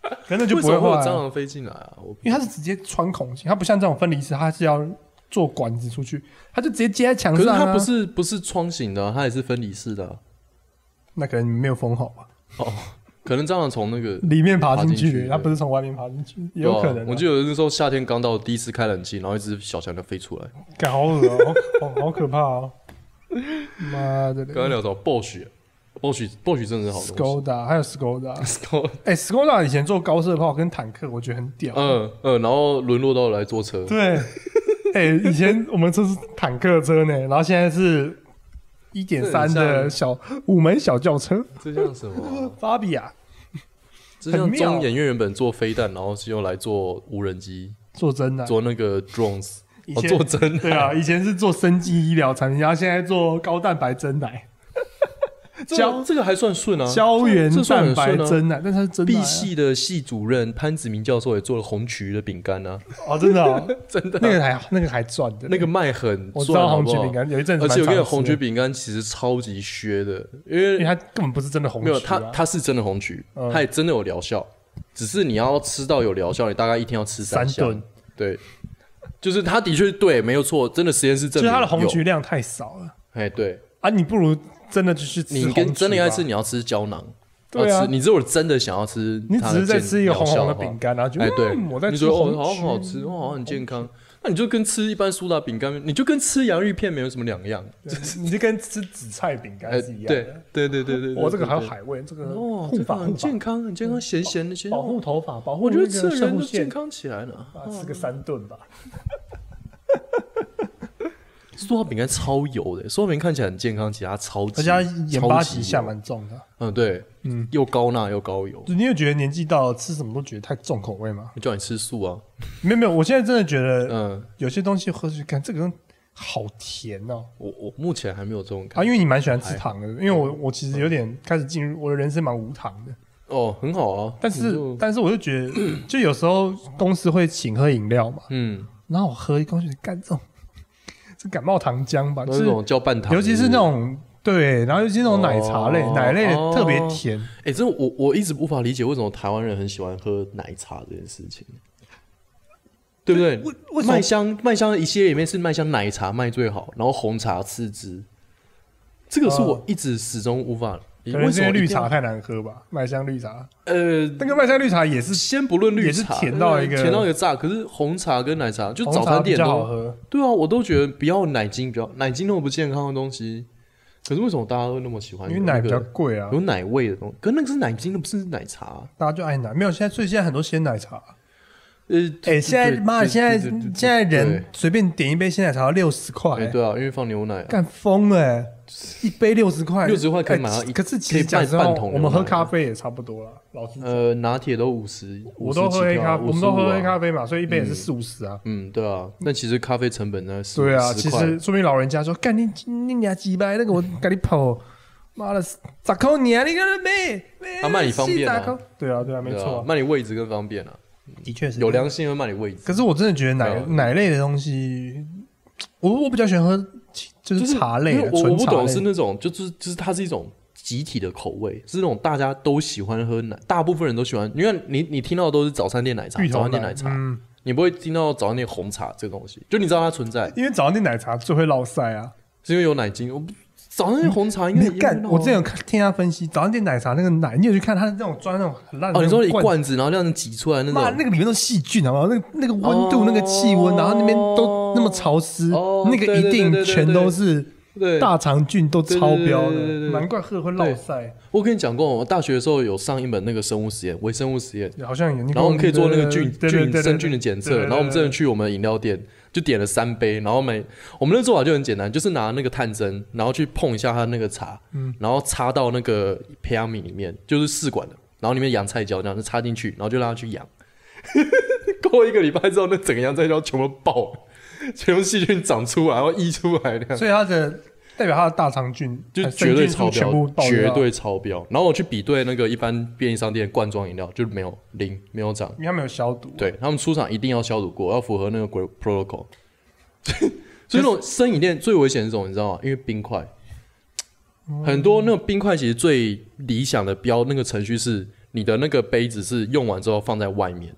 Speaker 1: 可那就
Speaker 2: 为
Speaker 1: 不
Speaker 2: 什么会
Speaker 1: 坏
Speaker 2: 有
Speaker 1: 啊、
Speaker 2: 蟑螂飞进来啊？我
Speaker 1: 因为它是直接穿孔性，它不像这种分离式，它是要做管子出去，它就直接接在墙
Speaker 2: 可是
Speaker 1: 上、啊。
Speaker 2: 它不是不是窗型的啊，它也是分离式的啊。
Speaker 1: 那可能你们没有封好吧？
Speaker 2: 哦，可能蟑螂从那个
Speaker 1: 里面爬进
Speaker 2: 爬进
Speaker 1: 去，
Speaker 2: 去
Speaker 1: 它不是从外面爬进去，也
Speaker 2: 对啊
Speaker 1: 有可能啊。
Speaker 2: 我记得那时候夏天刚到，第一次开冷气，然后一只小强就飞出来。
Speaker 1: 感好恶哦、好好好可怕哦、妈的嘞
Speaker 2: 刚才聊到 Bosch，Bosch，Bosch 真的是好东西。
Speaker 1: ，Skoda 还有 Skoda，
Speaker 2: Skoda
Speaker 1: 哎、s k o d a 以前做高射炮跟坦克，我觉得很屌。
Speaker 2: 嗯嗯，然后沦落到来坐车，
Speaker 1: 对，哎、以前我们这是坦克车呢，然后现在是一点三
Speaker 2: 这很
Speaker 1: 的
Speaker 2: 像
Speaker 1: 小五门小轿车，
Speaker 2: 这像什么？
Speaker 1: 法比亚
Speaker 2: 这像
Speaker 1: 很妙
Speaker 2: 中研院原本做飞弹，然后是用来做无人机，
Speaker 1: 做真的、
Speaker 2: 做那个 drones，
Speaker 1: 以
Speaker 2: 哦，
Speaker 1: 前
Speaker 2: 做真
Speaker 1: 对啊，，以前是做生技医疗产品，然后现在做高蛋白真奶、
Speaker 2: 这
Speaker 1: 胶
Speaker 2: 这个还算顺啊。
Speaker 1: 胶原
Speaker 2: 这算
Speaker 1: 蛋白
Speaker 2: 很顺啊
Speaker 1: 真奶，但它是真奶、
Speaker 2: B
Speaker 1: 啊。
Speaker 2: 系的系主任潘子明教授也做了红曲的饼干啊，
Speaker 1: 哦，真的、哦，
Speaker 2: 真的啊、
Speaker 1: 那个还那个还赚的，
Speaker 2: 那个卖很
Speaker 1: 我知
Speaker 2: 赚
Speaker 1: 道
Speaker 2: 好
Speaker 1: 红
Speaker 2: 不
Speaker 1: 曲
Speaker 2: 好
Speaker 1: 饼干有一阵子
Speaker 2: 而
Speaker 1: 蛮常
Speaker 2: 且
Speaker 1: 吃哎
Speaker 2: 我
Speaker 1: 的，
Speaker 2: 跟你讲，红曲饼干其实超级削的，因为
Speaker 1: 因为它根本不是真的红曲、
Speaker 2: 没
Speaker 1: 啊，
Speaker 2: 有它它是真的红曲，
Speaker 1: 嗯
Speaker 2: 它也真的有疗效，只是你要吃到有疗效，你大概一天要吃
Speaker 1: 三
Speaker 2: 箱
Speaker 1: 顿。
Speaker 2: 对，就是它的确对，没有错，真的实验室
Speaker 1: 就
Speaker 2: 证
Speaker 1: 是
Speaker 2: 明
Speaker 1: 它的红
Speaker 2: 有
Speaker 1: 曲量太少了
Speaker 2: 哎，对
Speaker 1: 啊！你不如真的就去吃
Speaker 2: 你
Speaker 1: 红
Speaker 2: 跟
Speaker 1: 曲
Speaker 2: 真的要
Speaker 1: 吧
Speaker 2: 吃，你要吃胶囊。
Speaker 1: 对啊
Speaker 2: 要吃你如果真的想要吃，
Speaker 1: 你只是在吃一个红红的饼。干，然后就
Speaker 2: 哎，对，
Speaker 1: 嗯我在
Speaker 2: 你
Speaker 1: 吃
Speaker 2: 觉得
Speaker 1: 红
Speaker 2: 哦，
Speaker 1: 曲，
Speaker 2: 好好吃，哦，好像很健康。那你就跟吃一般苏打饼干，你就跟吃洋芋片没有什么两样。
Speaker 1: 对你就跟吃紫菜饼干
Speaker 2: 哎，
Speaker 1: 是一样
Speaker 2: 对
Speaker 1: 的。
Speaker 2: 对对对对，
Speaker 1: 我这个还有
Speaker 2: 对
Speaker 1: 海味，这个
Speaker 2: 哦，
Speaker 1: 护
Speaker 2: 这
Speaker 1: 发
Speaker 2: 个很
Speaker 1: 护发
Speaker 2: 健康，很健康，咸咸的，咸哦
Speaker 1: 保护头发，保护
Speaker 2: 我觉得
Speaker 1: 那
Speaker 2: 吃
Speaker 1: 个
Speaker 2: 了
Speaker 1: 射
Speaker 2: 人
Speaker 1: 护
Speaker 2: 就健
Speaker 1: 线，
Speaker 2: 康哦起来了。
Speaker 1: 啊吃个三顿吧。
Speaker 2: 苏打饼干超油的，苏打饼干看起来很健康，其实它超级，
Speaker 1: 而且它盐巴
Speaker 2: 级
Speaker 1: 级下蛮重的，
Speaker 2: 嗯，对，
Speaker 1: 嗯，
Speaker 2: 又高钠又高油。
Speaker 1: 你有觉得年纪到了吃什么都觉得太重口味吗？
Speaker 2: 我叫你吃素啊，
Speaker 1: 没有没有，我现在真的觉得
Speaker 2: 嗯，
Speaker 1: 有些东西喝下去，看这个东西好甜哦，
Speaker 2: 我我目前还没有这种
Speaker 1: 啊，
Speaker 2: 感
Speaker 1: 因
Speaker 2: 觉。
Speaker 1: 为你蛮喜欢吃糖的，因为
Speaker 2: 嗯
Speaker 1: 我我其实有点开始进入我的人生蛮无糖的，
Speaker 2: 哦，很好啊，
Speaker 1: 但是
Speaker 2: 你就
Speaker 1: 但是我就觉得，就有时候公司会请喝饮料嘛，
Speaker 2: 嗯，
Speaker 1: 然后我喝一口就觉得干这种 是感冒糖浆吧，就
Speaker 2: 那
Speaker 1: 是
Speaker 2: 种叫半糖，
Speaker 1: 尤其是那
Speaker 2: 不
Speaker 1: 种对，然后尤其是那种奶茶类、
Speaker 2: 哦
Speaker 1: 奶类的特别
Speaker 2: 哦
Speaker 1: 甜，
Speaker 2: 哎、这我我一直无法理解为什么台湾人很喜欢喝奶茶这件事情，对不对？
Speaker 3: 为什么
Speaker 2: 麦香麦香的一系列里面是麦香奶茶卖最好，然后红茶次之，这个是
Speaker 1: 哦
Speaker 2: 我一直始终无法理
Speaker 1: 可
Speaker 2: 解。
Speaker 1: 能
Speaker 2: 为
Speaker 1: 是
Speaker 2: 什
Speaker 1: 因
Speaker 2: 么
Speaker 1: 为绿
Speaker 2: 一定要
Speaker 1: 茶？太难喝吧，麦香绿茶，
Speaker 2: 呃，
Speaker 1: 那个麦香绿茶也是
Speaker 2: 先不论绿
Speaker 1: 也是
Speaker 2: 茶，
Speaker 1: 甜到一
Speaker 2: 对
Speaker 1: 个
Speaker 2: 甜到一个炸，可是红茶跟奶茶就
Speaker 1: 红
Speaker 2: 早
Speaker 1: 茶
Speaker 2: 餐
Speaker 1: 比
Speaker 2: 店
Speaker 1: 较好
Speaker 2: 都
Speaker 1: 喝，
Speaker 2: 对啊，我都觉得不要奶精，比较奶精那么不健康的东西，可是为什么大家都那么喜欢、
Speaker 1: 因
Speaker 2: 那
Speaker 1: 为奶
Speaker 2: 个？
Speaker 1: 比较贵啊
Speaker 2: 有，奶味的东西，可是那个是奶精，那不是奶茶、
Speaker 1: 大家就爱奶。没有，现在所以现在很多鲜奶茶。
Speaker 2: 呃，
Speaker 1: 哎、
Speaker 2: 对
Speaker 1: 现在
Speaker 2: 对
Speaker 1: 妈，
Speaker 2: 对
Speaker 1: 现在
Speaker 2: 对对对对
Speaker 1: 现在人
Speaker 2: 对
Speaker 1: 随便点一杯鲜奶茶要六十块
Speaker 2: 哎、，对啊，因为放牛奶、啊，
Speaker 1: 干疯了欸，一杯六十块，
Speaker 2: 60块可以
Speaker 1: 哎
Speaker 2: 买到一
Speaker 1: 可是其
Speaker 2: 可以
Speaker 1: 实
Speaker 2: 卖
Speaker 1: 讲实话
Speaker 2: 半桶牛奶
Speaker 1: 我们喝咖啡也差不多了，老实讲，
Speaker 2: 呃，拿铁都五十，
Speaker 1: 我都喝黑咖，我们都喝黑咖
Speaker 2: 啡，
Speaker 1: 啡嘛，所以一杯也是四五十啊。
Speaker 2: 啊嗯，对啊，但其实咖啡成本呢，
Speaker 1: 对啊，
Speaker 2: 10
Speaker 1: 其
Speaker 2: 块
Speaker 1: 实说明老人家说，干你你俩鸡掰，那个我赶紧 跑，妈的，咋扣你啊？你个人妹，
Speaker 2: 啊卖你方便啊
Speaker 1: 细咋扣对啊，对啊，没
Speaker 2: 对啊
Speaker 1: 错啊，
Speaker 2: 卖你位置更方便啊，
Speaker 1: 的确是
Speaker 2: 有良心会卖你位置，
Speaker 1: 可是我真的觉得奶
Speaker 2: 对啊
Speaker 1: 奶类的东西，我我比较喜欢喝就是茶类
Speaker 2: 因
Speaker 1: 的
Speaker 2: 为，我我
Speaker 1: 纯
Speaker 2: 不
Speaker 1: 茶
Speaker 2: 懂
Speaker 1: 类
Speaker 2: 是那种，就就是就是它是一种集体的口味，是那种大家都喜欢喝奶，大部分人都喜欢。你看你你听到的都是早餐店奶茶，
Speaker 1: 芋
Speaker 2: 早
Speaker 1: 头
Speaker 2: 餐店奶茶，
Speaker 1: 嗯，
Speaker 2: 你不会听到早餐店红茶这个东西，就你知道它存在，
Speaker 1: 因为早上店奶茶最会落塞啊。
Speaker 2: 是因为有奶精。我不早餐店红茶应该
Speaker 1: 你
Speaker 2: 也会
Speaker 1: 干，
Speaker 2: 弄啊
Speaker 1: 我之前有看听他分析早上店奶茶那个奶，你有去看它的那种装那种很烂的
Speaker 2: 哦，
Speaker 1: 那
Speaker 2: 你
Speaker 1: 种
Speaker 2: 说一
Speaker 1: 罐子啊
Speaker 2: 罐子，然后这样挤出来那
Speaker 1: 妈，
Speaker 2: 种
Speaker 1: 那。个里面都是细菌，好不好？那个那个温度、那个气温，然后那边都那么潮湿，
Speaker 2: 哦
Speaker 1: 那个一定全都是
Speaker 2: 对，
Speaker 1: 大肠菌都超标
Speaker 2: 对对对
Speaker 1: 的
Speaker 2: 对对对，
Speaker 1: 难怪喝会落塞。
Speaker 2: 我跟你讲过，我大学的时候有上一门那个生物实验，微生物实验，
Speaker 1: 好像有，你跟
Speaker 2: 然后我们可以做那个菌
Speaker 1: 对对对对
Speaker 2: 菌
Speaker 1: 对
Speaker 2: 生菌的检测，
Speaker 1: 对对对
Speaker 2: 然后我们真的去我们饮料店就点了三杯，然后每我们的做法就很简单，就是拿那个探针，然后去碰一下它那个茶，
Speaker 1: 嗯
Speaker 2: 然后插到那个培养皿里面，就是试管的，然后里面养菜椒这样就插进去，然后就让它去养。 过一个礼拜之后，那整个洋菜椒全部爆了，全部细菌长出来，然后溢出来这样。
Speaker 1: 所以它的代表它的大肠菌
Speaker 2: 就
Speaker 1: 呃
Speaker 2: 绝对
Speaker 1: 生菌
Speaker 2: 超
Speaker 1: 数全部
Speaker 2: 标，
Speaker 1: 爆掉
Speaker 2: 绝，对超标。然后我去比对那个一般便利商店罐装饮料，就是没有零，没有涨。
Speaker 1: 因为它没有消毒。
Speaker 2: 对他们出厂一定要消毒过，要符合那个 pro- protocol。所以那种生饮店最危险是什么，你知道吗？因为冰块，很多那种冰块其实最理想的标那个程序是，你的那个杯子是用完之后放在外面，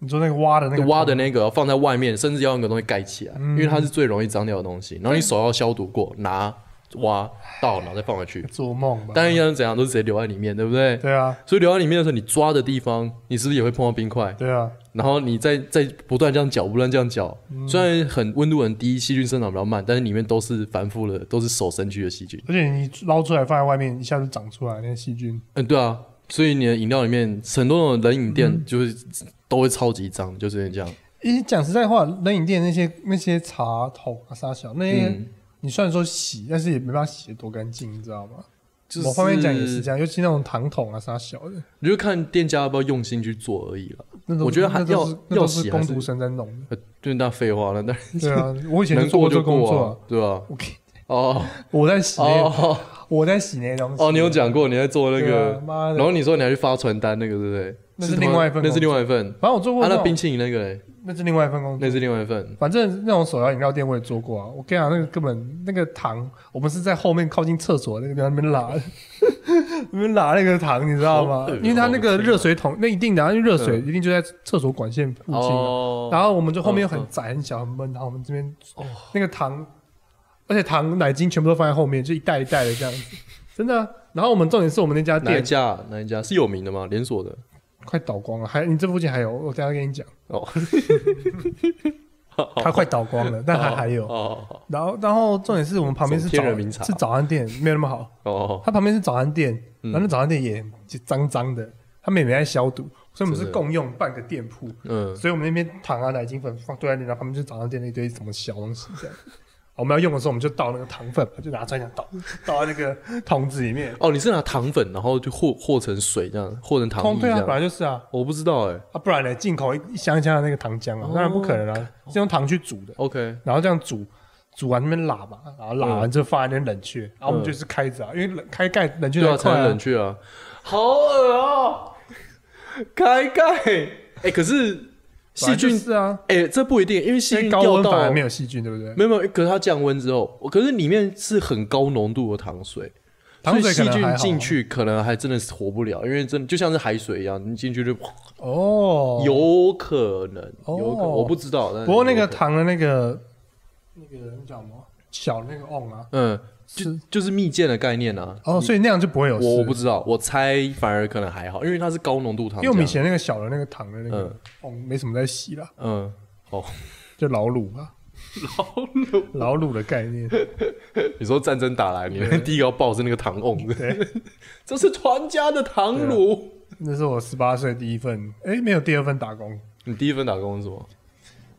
Speaker 1: 你说那个挖的那个
Speaker 2: 挖的那个要放
Speaker 1: 嗯
Speaker 2: 在外面，甚至要用个东西盖起来，因为它是最容易脏掉的东西。然后你手要消毒过，拿挖倒，然后再放回去。
Speaker 1: 做梦吧。
Speaker 2: 当然要是怎样都是直接留在里面，对不对？
Speaker 1: 对啊，
Speaker 2: 所以留在里面的时候，你抓的地方，你是不是也会碰到冰块？
Speaker 1: 对啊，
Speaker 2: 然后你再再不断这样搅，不断这样搅，
Speaker 1: 嗯
Speaker 2: 虽然很温度很低，细菌生长比较慢，但是里面都是繁复的，都是手伸去的细菌。
Speaker 1: 而且你捞出来放在外面，一下就长出来那些细菌。
Speaker 2: 嗯，对啊，所以你的饮料里面很多那种冷饮
Speaker 1: 嗯
Speaker 2: 店就是、都会超级脏，就是这样。
Speaker 1: 诶，讲实在话，冷饮店那些那些茶桶啊、沙小那些，
Speaker 2: 嗯，
Speaker 1: 你虽然说洗，但是也没办法洗得多干净，你知道吗？
Speaker 2: 就是
Speaker 1: 某方面讲也是这样，尤其那种糖桶啊、沙小的，
Speaker 2: 你就看店家要不要用心去做而已了。
Speaker 1: 那都
Speaker 2: 我觉得还
Speaker 1: 那都是
Speaker 2: 要
Speaker 1: 那都
Speaker 2: 要
Speaker 1: 是
Speaker 2: 洗
Speaker 1: 工
Speaker 2: 还是
Speaker 1: 读生在弄 的。
Speaker 2: 呃就那废话了，那
Speaker 1: 对啊，我以前
Speaker 2: 能
Speaker 1: 做
Speaker 2: 过
Speaker 1: 这
Speaker 2: 就
Speaker 1: 个工
Speaker 2: 过
Speaker 1: 作啊，，
Speaker 2: 啊对吧？
Speaker 1: 我
Speaker 2: 哦
Speaker 1: 我在洗那些，
Speaker 2: 哦
Speaker 1: 我在洗那些东西。
Speaker 2: 哦，你有讲过你在做那
Speaker 1: 对啊
Speaker 2: 个，
Speaker 1: 妈的
Speaker 2: 然，后你说你还去发传单那个，对不对？
Speaker 1: 那是
Speaker 2: 他妈
Speaker 1: 另外一份
Speaker 2: 那是
Speaker 1: 工作
Speaker 2: 另外一份。
Speaker 1: 反正我做过
Speaker 2: 啊，
Speaker 1: 那
Speaker 2: 那
Speaker 1: 种
Speaker 2: 冰淇淋那个嘞，
Speaker 1: 那是另外一份工作
Speaker 2: 那。是另外一份。
Speaker 1: 反正那种手摇饮料店我也做过啊，我跟你讲，那个根本那个糖，我们是在后面靠近厕所那个地方那边拉， 那边拉那个糖，你知道吗
Speaker 2: 好恶哦？嗯
Speaker 1: 因为它那个热水桶，那一定的啊，因为热水一定就在厕所管线附近啊。
Speaker 2: 哦，
Speaker 1: 然后我们就后面又
Speaker 2: 嗯
Speaker 1: 很
Speaker 2: 嗯
Speaker 1: 窄、很小、很闷，然后我们这边
Speaker 2: 哦
Speaker 1: 那个糖，而且糖、奶精全部都放在后面，就一袋一袋的这样子，真的啊。然后我们重点是我们那家
Speaker 2: 哪一
Speaker 1: 店
Speaker 2: 家？哪一家是有名的吗？连锁的？
Speaker 1: 快倒光了，还你这附近还有，我等一下跟你讲，
Speaker 2: 哦，
Speaker 1: 它快倒光了，但还还有。
Speaker 2: 哦
Speaker 1: 然后，然后重点是我们旁边是
Speaker 2: 什
Speaker 1: 早
Speaker 2: 么天人名茶
Speaker 1: 是早餐店，没有那么好。
Speaker 2: 哦哦，
Speaker 1: 它旁边是早餐店，
Speaker 2: 嗯
Speaker 1: 然后那早餐店也就脏脏的，他们也没在消毒，所以我们是
Speaker 2: 真的
Speaker 1: 共用半个店铺，
Speaker 2: 嗯，
Speaker 1: 所以我们那边糖啊、奶精粉放堆在那里，然后旁边就是早餐店的一堆什么小东西这样。 我们要用的时候，我们就倒那个糖粉，就拿出来这样倒， 倒在那个桶子里面。
Speaker 2: 哦，你是拿糖粉，然后就和和成水这样，和成糖
Speaker 1: 通
Speaker 2: 液这
Speaker 1: 对啊，
Speaker 2: 样
Speaker 1: 本。来就是啊，
Speaker 2: 我不知道哎、
Speaker 1: 啊不然呢，进口一一箱一箱的那个糖浆啊，
Speaker 2: 哦
Speaker 1: 当然不可能啊，是用糖去煮的，
Speaker 2: OK，
Speaker 1: 然后这样煮，煮完那边喇嘛，然后
Speaker 2: 嗯
Speaker 1: 喇完之后放在那边冷却，然后我们就是开着啊，因为冷开盖冷却
Speaker 2: 对啊，
Speaker 1: 才
Speaker 2: 才
Speaker 1: 快
Speaker 2: 能
Speaker 1: 啊
Speaker 2: 冷。却啊，好恶哦、开盖哎、可是细
Speaker 1: 本来就
Speaker 2: 菌
Speaker 1: 是啊，
Speaker 2: 哎、这不一定，因为细
Speaker 1: 因为
Speaker 2: 菌
Speaker 1: 高
Speaker 2: 掉
Speaker 1: 温反
Speaker 2: 到
Speaker 1: 而没有细菌，对不对？
Speaker 2: 没有没有，可是它降温之后，可是里面是很高浓度的糖水，
Speaker 1: 糖水
Speaker 2: 所以
Speaker 1: 可能还
Speaker 2: 细菌
Speaker 1: 好啊
Speaker 2: 进去可能还真的是活不了，因为真的就像是海水一样，你进去就
Speaker 1: 哦，。
Speaker 2: 有可能，
Speaker 1: 哦
Speaker 2: 有可能，我不知道。但是
Speaker 1: 不过那
Speaker 2: 有
Speaker 1: 个
Speaker 2: 可能，
Speaker 1: 糖的那个那个那叫什么小那个 on 啊，
Speaker 2: 嗯，就是就是蜜饯的概念啊。
Speaker 1: 哦，所以那样就不会有事。
Speaker 2: 我我不知道，我猜反而可能还好，因为它是高浓度糖浆。
Speaker 1: 因为我们以前那个小的那个糖的那个 on 没什么在洗啦，
Speaker 2: 嗯，哦，
Speaker 1: 就老卤嘛，老卤 老卤的概念。
Speaker 2: 你说战争打来，你们第一个要爆是那个糖瓮， 啊这是团家的糖炉。
Speaker 1: 那是我十八岁第一份，哎，没有第二份打工，
Speaker 2: 你第一份打工是什么？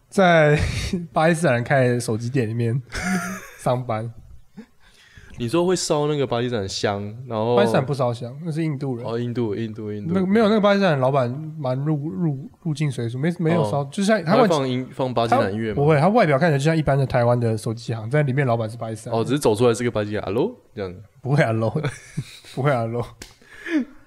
Speaker 1: 在巴基斯坦开的手机店里 面上班。
Speaker 2: 你说会烧那个巴基斯坦香，然后
Speaker 1: 巴基斯坦不烧香，那是印度人。
Speaker 2: 哦，印度印度印度，
Speaker 1: 那个没有那个巴基斯坦老板蛮入入入境随俗，没没有
Speaker 2: 哦
Speaker 1: 烧，就像他
Speaker 2: 他
Speaker 1: 外
Speaker 2: 会放音放巴基斯
Speaker 1: 他
Speaker 2: 坦音乐
Speaker 1: 不
Speaker 2: 吗？
Speaker 1: 会，他外表看起来就像一般的台湾的手机行，在里面老板是巴基斯坦
Speaker 2: 哦，
Speaker 1: 人，
Speaker 2: 只是走出来是个巴基斯坦，hello 这样。
Speaker 1: 不会啊 low，不会啊 low。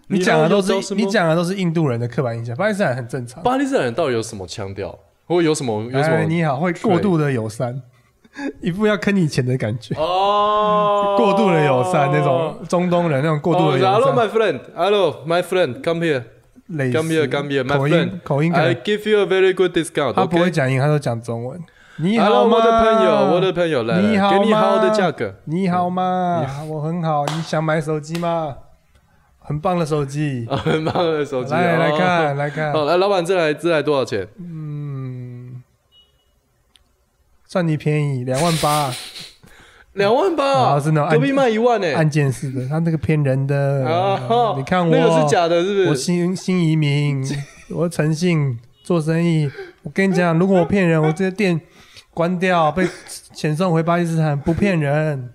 Speaker 2: 你
Speaker 1: 你讲的都
Speaker 2: 知道什
Speaker 1: 是
Speaker 2: 么
Speaker 1: 你讲的都是印度人的刻板印象，巴基斯坦很正常。
Speaker 2: 巴基斯坦人到底有什么腔调，或有什么有什
Speaker 1: 哎
Speaker 2: 么？
Speaker 1: 你好，会过度的友善， 一副要坑你钱的感觉，
Speaker 2: 哦，
Speaker 1: 过度的友善那种中东人那种过度的
Speaker 2: 哦
Speaker 1: 友
Speaker 2: Hello,
Speaker 1: 善，
Speaker 2: my friend. Hello, my friend. Come here.
Speaker 1: 类似
Speaker 2: Come here. Come here. My
Speaker 1: 口
Speaker 2: friend.
Speaker 1: 音口音可 Ah, 能
Speaker 2: I give you a very good discount.
Speaker 1: 他不会
Speaker 2: OK.
Speaker 1: 讲英，他都讲中文。你好
Speaker 2: Hello，
Speaker 1: 吗，
Speaker 2: 我的朋友，我的朋友来，
Speaker 1: 你好
Speaker 2: 来给你好的
Speaker 1: 吗
Speaker 2: 价格。
Speaker 1: 你好吗？
Speaker 2: 嗯
Speaker 1: 我很好，你想买手机吗？很棒的手机，
Speaker 2: 啊，哦很棒的手机。
Speaker 1: 来
Speaker 2: 哦
Speaker 1: 来。看来看，
Speaker 2: 好，来，老板，这台这台多少钱？
Speaker 1: 嗯，算你便宜，两万八，
Speaker 2: 两万八
Speaker 1: 啊，真的按
Speaker 2: 隔壁卖一万呢。
Speaker 1: 按键式的，他那个骗人的。
Speaker 2: 啊，
Speaker 1: 你看我，
Speaker 2: 那个是假的，是
Speaker 1: 我
Speaker 2: 不是？
Speaker 1: 新新移 民，我诚信做生意。我跟你讲，如果我骗人，我这个店关掉，被遣送回巴基斯坦，不骗人，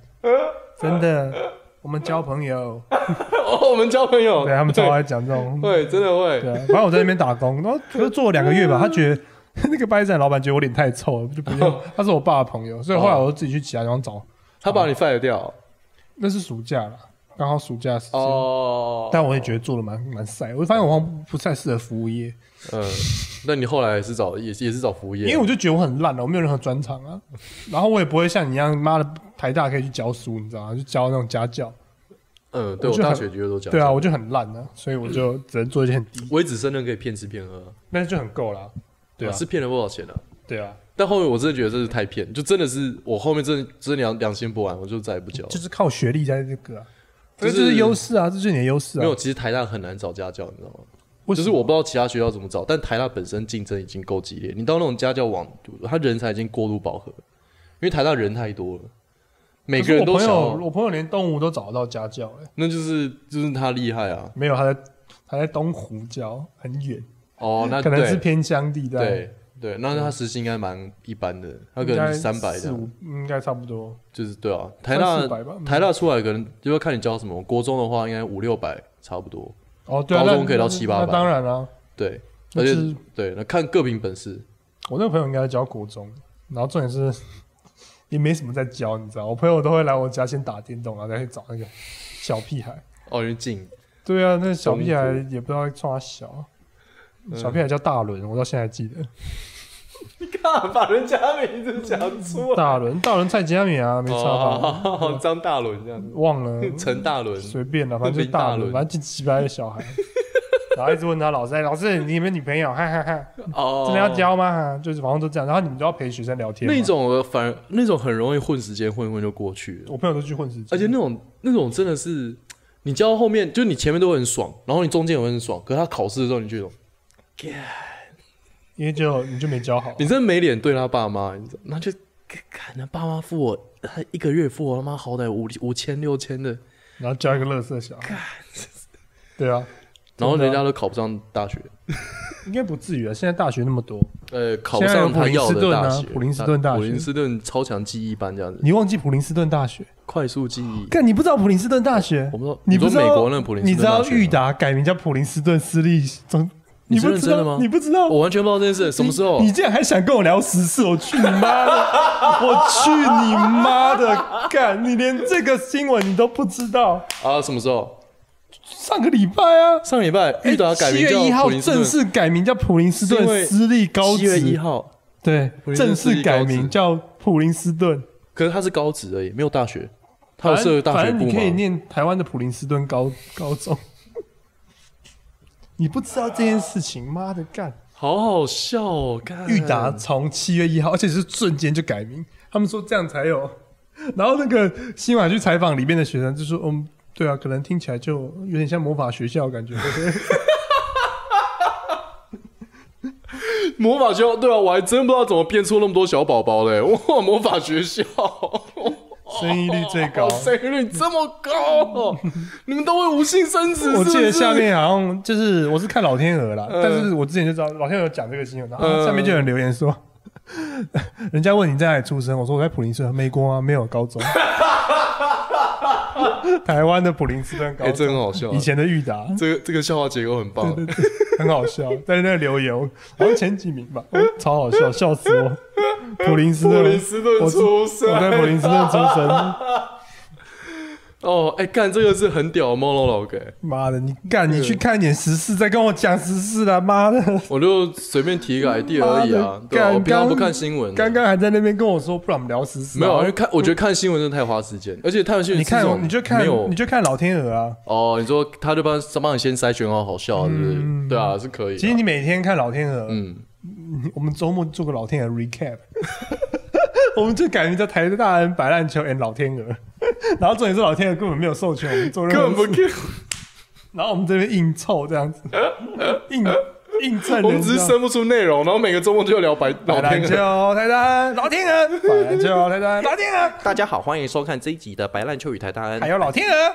Speaker 1: 真的。我们交朋友，
Speaker 2: 哦，我们交朋友，
Speaker 1: 对他们超爱讲这种。
Speaker 2: 会，真的
Speaker 1: 对
Speaker 2: 会。
Speaker 1: 啊，反正我在那边打工，然后可是做了两个月吧，他觉得 那个巴基斯坦老板觉得我脸太臭了，就不用。他是我爸的朋友，所以后来我就自己去其他地方找。
Speaker 2: 他把你 fire 掉。
Speaker 1: 那是暑假了，刚好暑假时间。
Speaker 2: 哦，
Speaker 1: 但我也觉得做的蛮蛮晒，我就发现我好像不太适合服务业，
Speaker 2: 嗯，那你后来也是找也也是找服务业，
Speaker 1: 因为我就觉得我很烂了，我没有任何专长啊，然后我也不会像你一样，妈的台大可以去教书，你知道吗？去教那种家教，
Speaker 2: 嗯，对
Speaker 1: 我
Speaker 2: 我
Speaker 1: 就很
Speaker 2: 大学觉得都讲
Speaker 1: 对啊，，我就很烂啊，所以我就只能做一些很低，
Speaker 2: 我也只剩那个可以骗吃骗喝，
Speaker 1: 但是就很够了，对啊
Speaker 2: 哦啊，是骗了多少钱呢？
Speaker 1: 对啊，
Speaker 2: 但后面我真的觉得这是太骗，就真的是我后面真的真的良良心不安，我就再也不教了。
Speaker 1: 就是靠学历在这个、啊，这
Speaker 2: 哦就是
Speaker 1: 就是优势啊，这就是你的优势啊。
Speaker 2: 没有，其实台大很难找家教，你知道吗？
Speaker 1: 为什么，
Speaker 2: 就是我不知道其他学校怎么找，但台大本身竞争已经够激烈，你到那种家教网，他人才已经过度饱和，因为台大人太多了，每个人都
Speaker 1: 可是
Speaker 2: 想
Speaker 1: 我朋
Speaker 2: 要
Speaker 1: 友，我朋友连动物都找得到家教、欸，
Speaker 2: 那就是就是他厉害啊。
Speaker 1: 没有他在他在东湖教，很远，
Speaker 2: 哦，那
Speaker 1: 可能是
Speaker 2: 对
Speaker 1: 偏乡地带，
Speaker 2: 对对，那他时薪应该蛮一般的，他
Speaker 1: 应
Speaker 2: 可
Speaker 1: 该
Speaker 2: 能三百
Speaker 1: 四
Speaker 2: 的，
Speaker 1: 五，应该差不多，
Speaker 2: 就是对啊。台
Speaker 1: 三
Speaker 2: 大
Speaker 1: 四百吧，嗯
Speaker 2: 台大出来可能就要看你教什么，国中的话应该五六百差不多，
Speaker 1: 哦，对、啊，
Speaker 2: 高
Speaker 1: 那
Speaker 2: 中可以到七八百
Speaker 1: 那当然啦、啊，
Speaker 2: 对，
Speaker 1: 那
Speaker 2: 而
Speaker 1: 是
Speaker 2: 且对，那看各凭本事。
Speaker 1: 我那个朋友应该在教国中，然后重点是也没什么在教，你知道，我朋友都会来我家先打电动，然后再去找那个小屁孩。
Speaker 2: 哦，人进
Speaker 1: 对啊，那小屁孩
Speaker 2: 中
Speaker 1: 也不知道在冲他小，
Speaker 2: 嗯
Speaker 1: 小屁孩叫大伦，我到现在还记得。
Speaker 2: 你看把人家名字讲错，
Speaker 1: 大伦，大伦蔡佳敏啊，没差吧？
Speaker 2: 哦，张大伦这样子，
Speaker 1: 忘了，
Speaker 2: 陈大伦，
Speaker 1: 随便了，反正就是
Speaker 2: 大
Speaker 1: 大
Speaker 2: 伦
Speaker 1: 伦，反正就几百个小孩。 然后一直问他老师，哎，老师你有没有女朋友？哈哈哈，
Speaker 2: 哦，
Speaker 1: 真的要教吗？就是反正都这样，然后你们都要陪学生聊天嘛。
Speaker 2: 那种，我反而那种很容易混时间，混一混就过去了。
Speaker 1: 我朋友都去混时间，
Speaker 2: 而且那种那种真的是，你教到后面，就你前面都会很爽，然后你中间也会很爽，可是他考试的时候，你就有种
Speaker 1: 因为就你就没教好，
Speaker 2: 你真的没脸对他爸妈，你知道？那就看他爸妈付我，他一个月付我他妈好歹五五千六千的，
Speaker 1: 然后教一个乐色小孩。对啊，
Speaker 2: 然后人家都考不上大学，
Speaker 1: 应该不至于啊。现在大学那么多，
Speaker 2: 呃，考
Speaker 1: 现在有
Speaker 2: 上他要的大学，
Speaker 1: 普林斯顿啊
Speaker 2: 大
Speaker 1: 普林斯顿大
Speaker 2: 普
Speaker 1: 学
Speaker 2: 林斯顿超强记忆班这样子，
Speaker 1: 你忘记普林斯顿大学？
Speaker 2: 快速记忆。
Speaker 1: 干，你不知道普林斯顿大学
Speaker 2: 我？们说，
Speaker 1: 你
Speaker 2: 说
Speaker 1: 不知道
Speaker 2: 美国那普林斯
Speaker 1: 你知
Speaker 2: 顿大
Speaker 1: 道
Speaker 2: 学吗
Speaker 1: 裕？达改名叫普林斯顿私立中？
Speaker 2: 你
Speaker 1: 不
Speaker 2: 是认
Speaker 1: 知
Speaker 2: 真的吗
Speaker 1: 道？你不知道？
Speaker 2: 我完全不知道这件事，什么时候
Speaker 1: 你？竟然还想跟我聊时事？我去你妈 的！我去你妈的！干，你连这个新闻你都不知道？
Speaker 2: 啊，什么时候？
Speaker 1: 上个礼拜啊，
Speaker 2: 上礼拜裕达改
Speaker 1: 七
Speaker 2: 名
Speaker 1: 月一
Speaker 2: 叫普
Speaker 1: 号
Speaker 2: 林斯
Speaker 1: 正
Speaker 2: 顿，
Speaker 1: 式改名叫普林斯
Speaker 2: 是因为
Speaker 1: 顿私立高
Speaker 2: 七月一
Speaker 1: 职，
Speaker 2: 号，
Speaker 1: 对
Speaker 2: 普，林斯顿
Speaker 1: 正
Speaker 2: 私立
Speaker 1: 式改
Speaker 2: 高职
Speaker 1: 名叫普林斯顿。
Speaker 2: 可是他是高职而已，没有大学，他有设有大
Speaker 1: 反
Speaker 2: 学
Speaker 1: 正
Speaker 2: 部
Speaker 1: 你可以
Speaker 2: 吗？
Speaker 1: 念台湾的普林斯顿高高中。你不知道这件事情，妈的干！
Speaker 2: 好好笑哦，看
Speaker 1: 裕达从七月一号，而且是瞬间就改名，他们说这样才有。然后那个新晚去采访里面的学生，就说：“嗯，对啊，可能听起来就有点像魔法学校的 感觉。
Speaker 2: 魔法学校，对啊，我还真不知道怎么变出那么多小宝宝嘞！ 哇，魔法 学校，
Speaker 1: 生育率最高
Speaker 2: 哇，生育率这么高哦，你们都会无性生子？
Speaker 1: 我记得
Speaker 2: 是不是
Speaker 1: 下面好像就是我是看老天鹅啦，
Speaker 2: 嗯
Speaker 1: 但是我之前就知道老天鹅讲这个新闻，然
Speaker 2: 嗯
Speaker 1: 后下面就有人留言说， 人家问你在哪里出生，我说我在普林斯顿，美国啊，没有高 中，台湾的普林斯顿高
Speaker 2: 哎，这
Speaker 1: 中，
Speaker 2: 很好笑啊
Speaker 1: 以，前的裕达，
Speaker 2: 这个这个笑话结构很棒啊，
Speaker 1: 很好 笑，但是那个留言我好像前几名吧，我超好笑，笑死我，普林斯
Speaker 2: 普
Speaker 1: 顿，
Speaker 2: 林斯啊顿
Speaker 1: 我
Speaker 2: 出生，
Speaker 1: 我在普林斯顿出生，
Speaker 2: 哦，哎，干这个是很屌的 monologue，哎
Speaker 1: 妈的，你干
Speaker 2: 嗯
Speaker 1: 你去看一点时事，再跟我讲时事啦，妈的。
Speaker 2: 我就随便提一个 idea
Speaker 1: 妈的
Speaker 2: 而已啊，对啊，
Speaker 1: 干
Speaker 2: 我平常不
Speaker 1: 刚
Speaker 2: 看新闻的，
Speaker 1: 刚刚还在那边跟我说，不然我们聊时事啊。
Speaker 2: 没有，因为看我觉得看新闻真的太花时间，而且太有新闻
Speaker 1: 你
Speaker 2: 是这
Speaker 1: 看，
Speaker 2: 种
Speaker 1: 你就看
Speaker 2: 没有，
Speaker 1: 你就看老天鹅啊。
Speaker 2: 哦，你说他就帮帮你先筛选哦好好笑，是不是？
Speaker 1: 嗯
Speaker 2: 对啊，是可以的。
Speaker 1: 其实你每天看老天鹅，
Speaker 2: 嗯，
Speaker 1: 我们周末做个老天鹅 recap，我们就改名叫台大人白烂球 and 老天鹅。 然后重点是老天鹅根本没有授权我们做任
Speaker 2: 根本
Speaker 1: 何
Speaker 2: 不啊
Speaker 1: 事，
Speaker 2: care，
Speaker 1: 然后我们这边硬凑这 样子，硬硬蹭人家。
Speaker 2: 我们只是生不出内容，然后每个周末就要聊白
Speaker 1: 白
Speaker 2: 老
Speaker 1: 烂
Speaker 2: 天鹅。
Speaker 1: 球台大老天鹅，白烂球台大老天鹅，
Speaker 3: 大家好，欢迎收看这一集的《白烂秋与台大恩
Speaker 1: 还》。有老天鹅。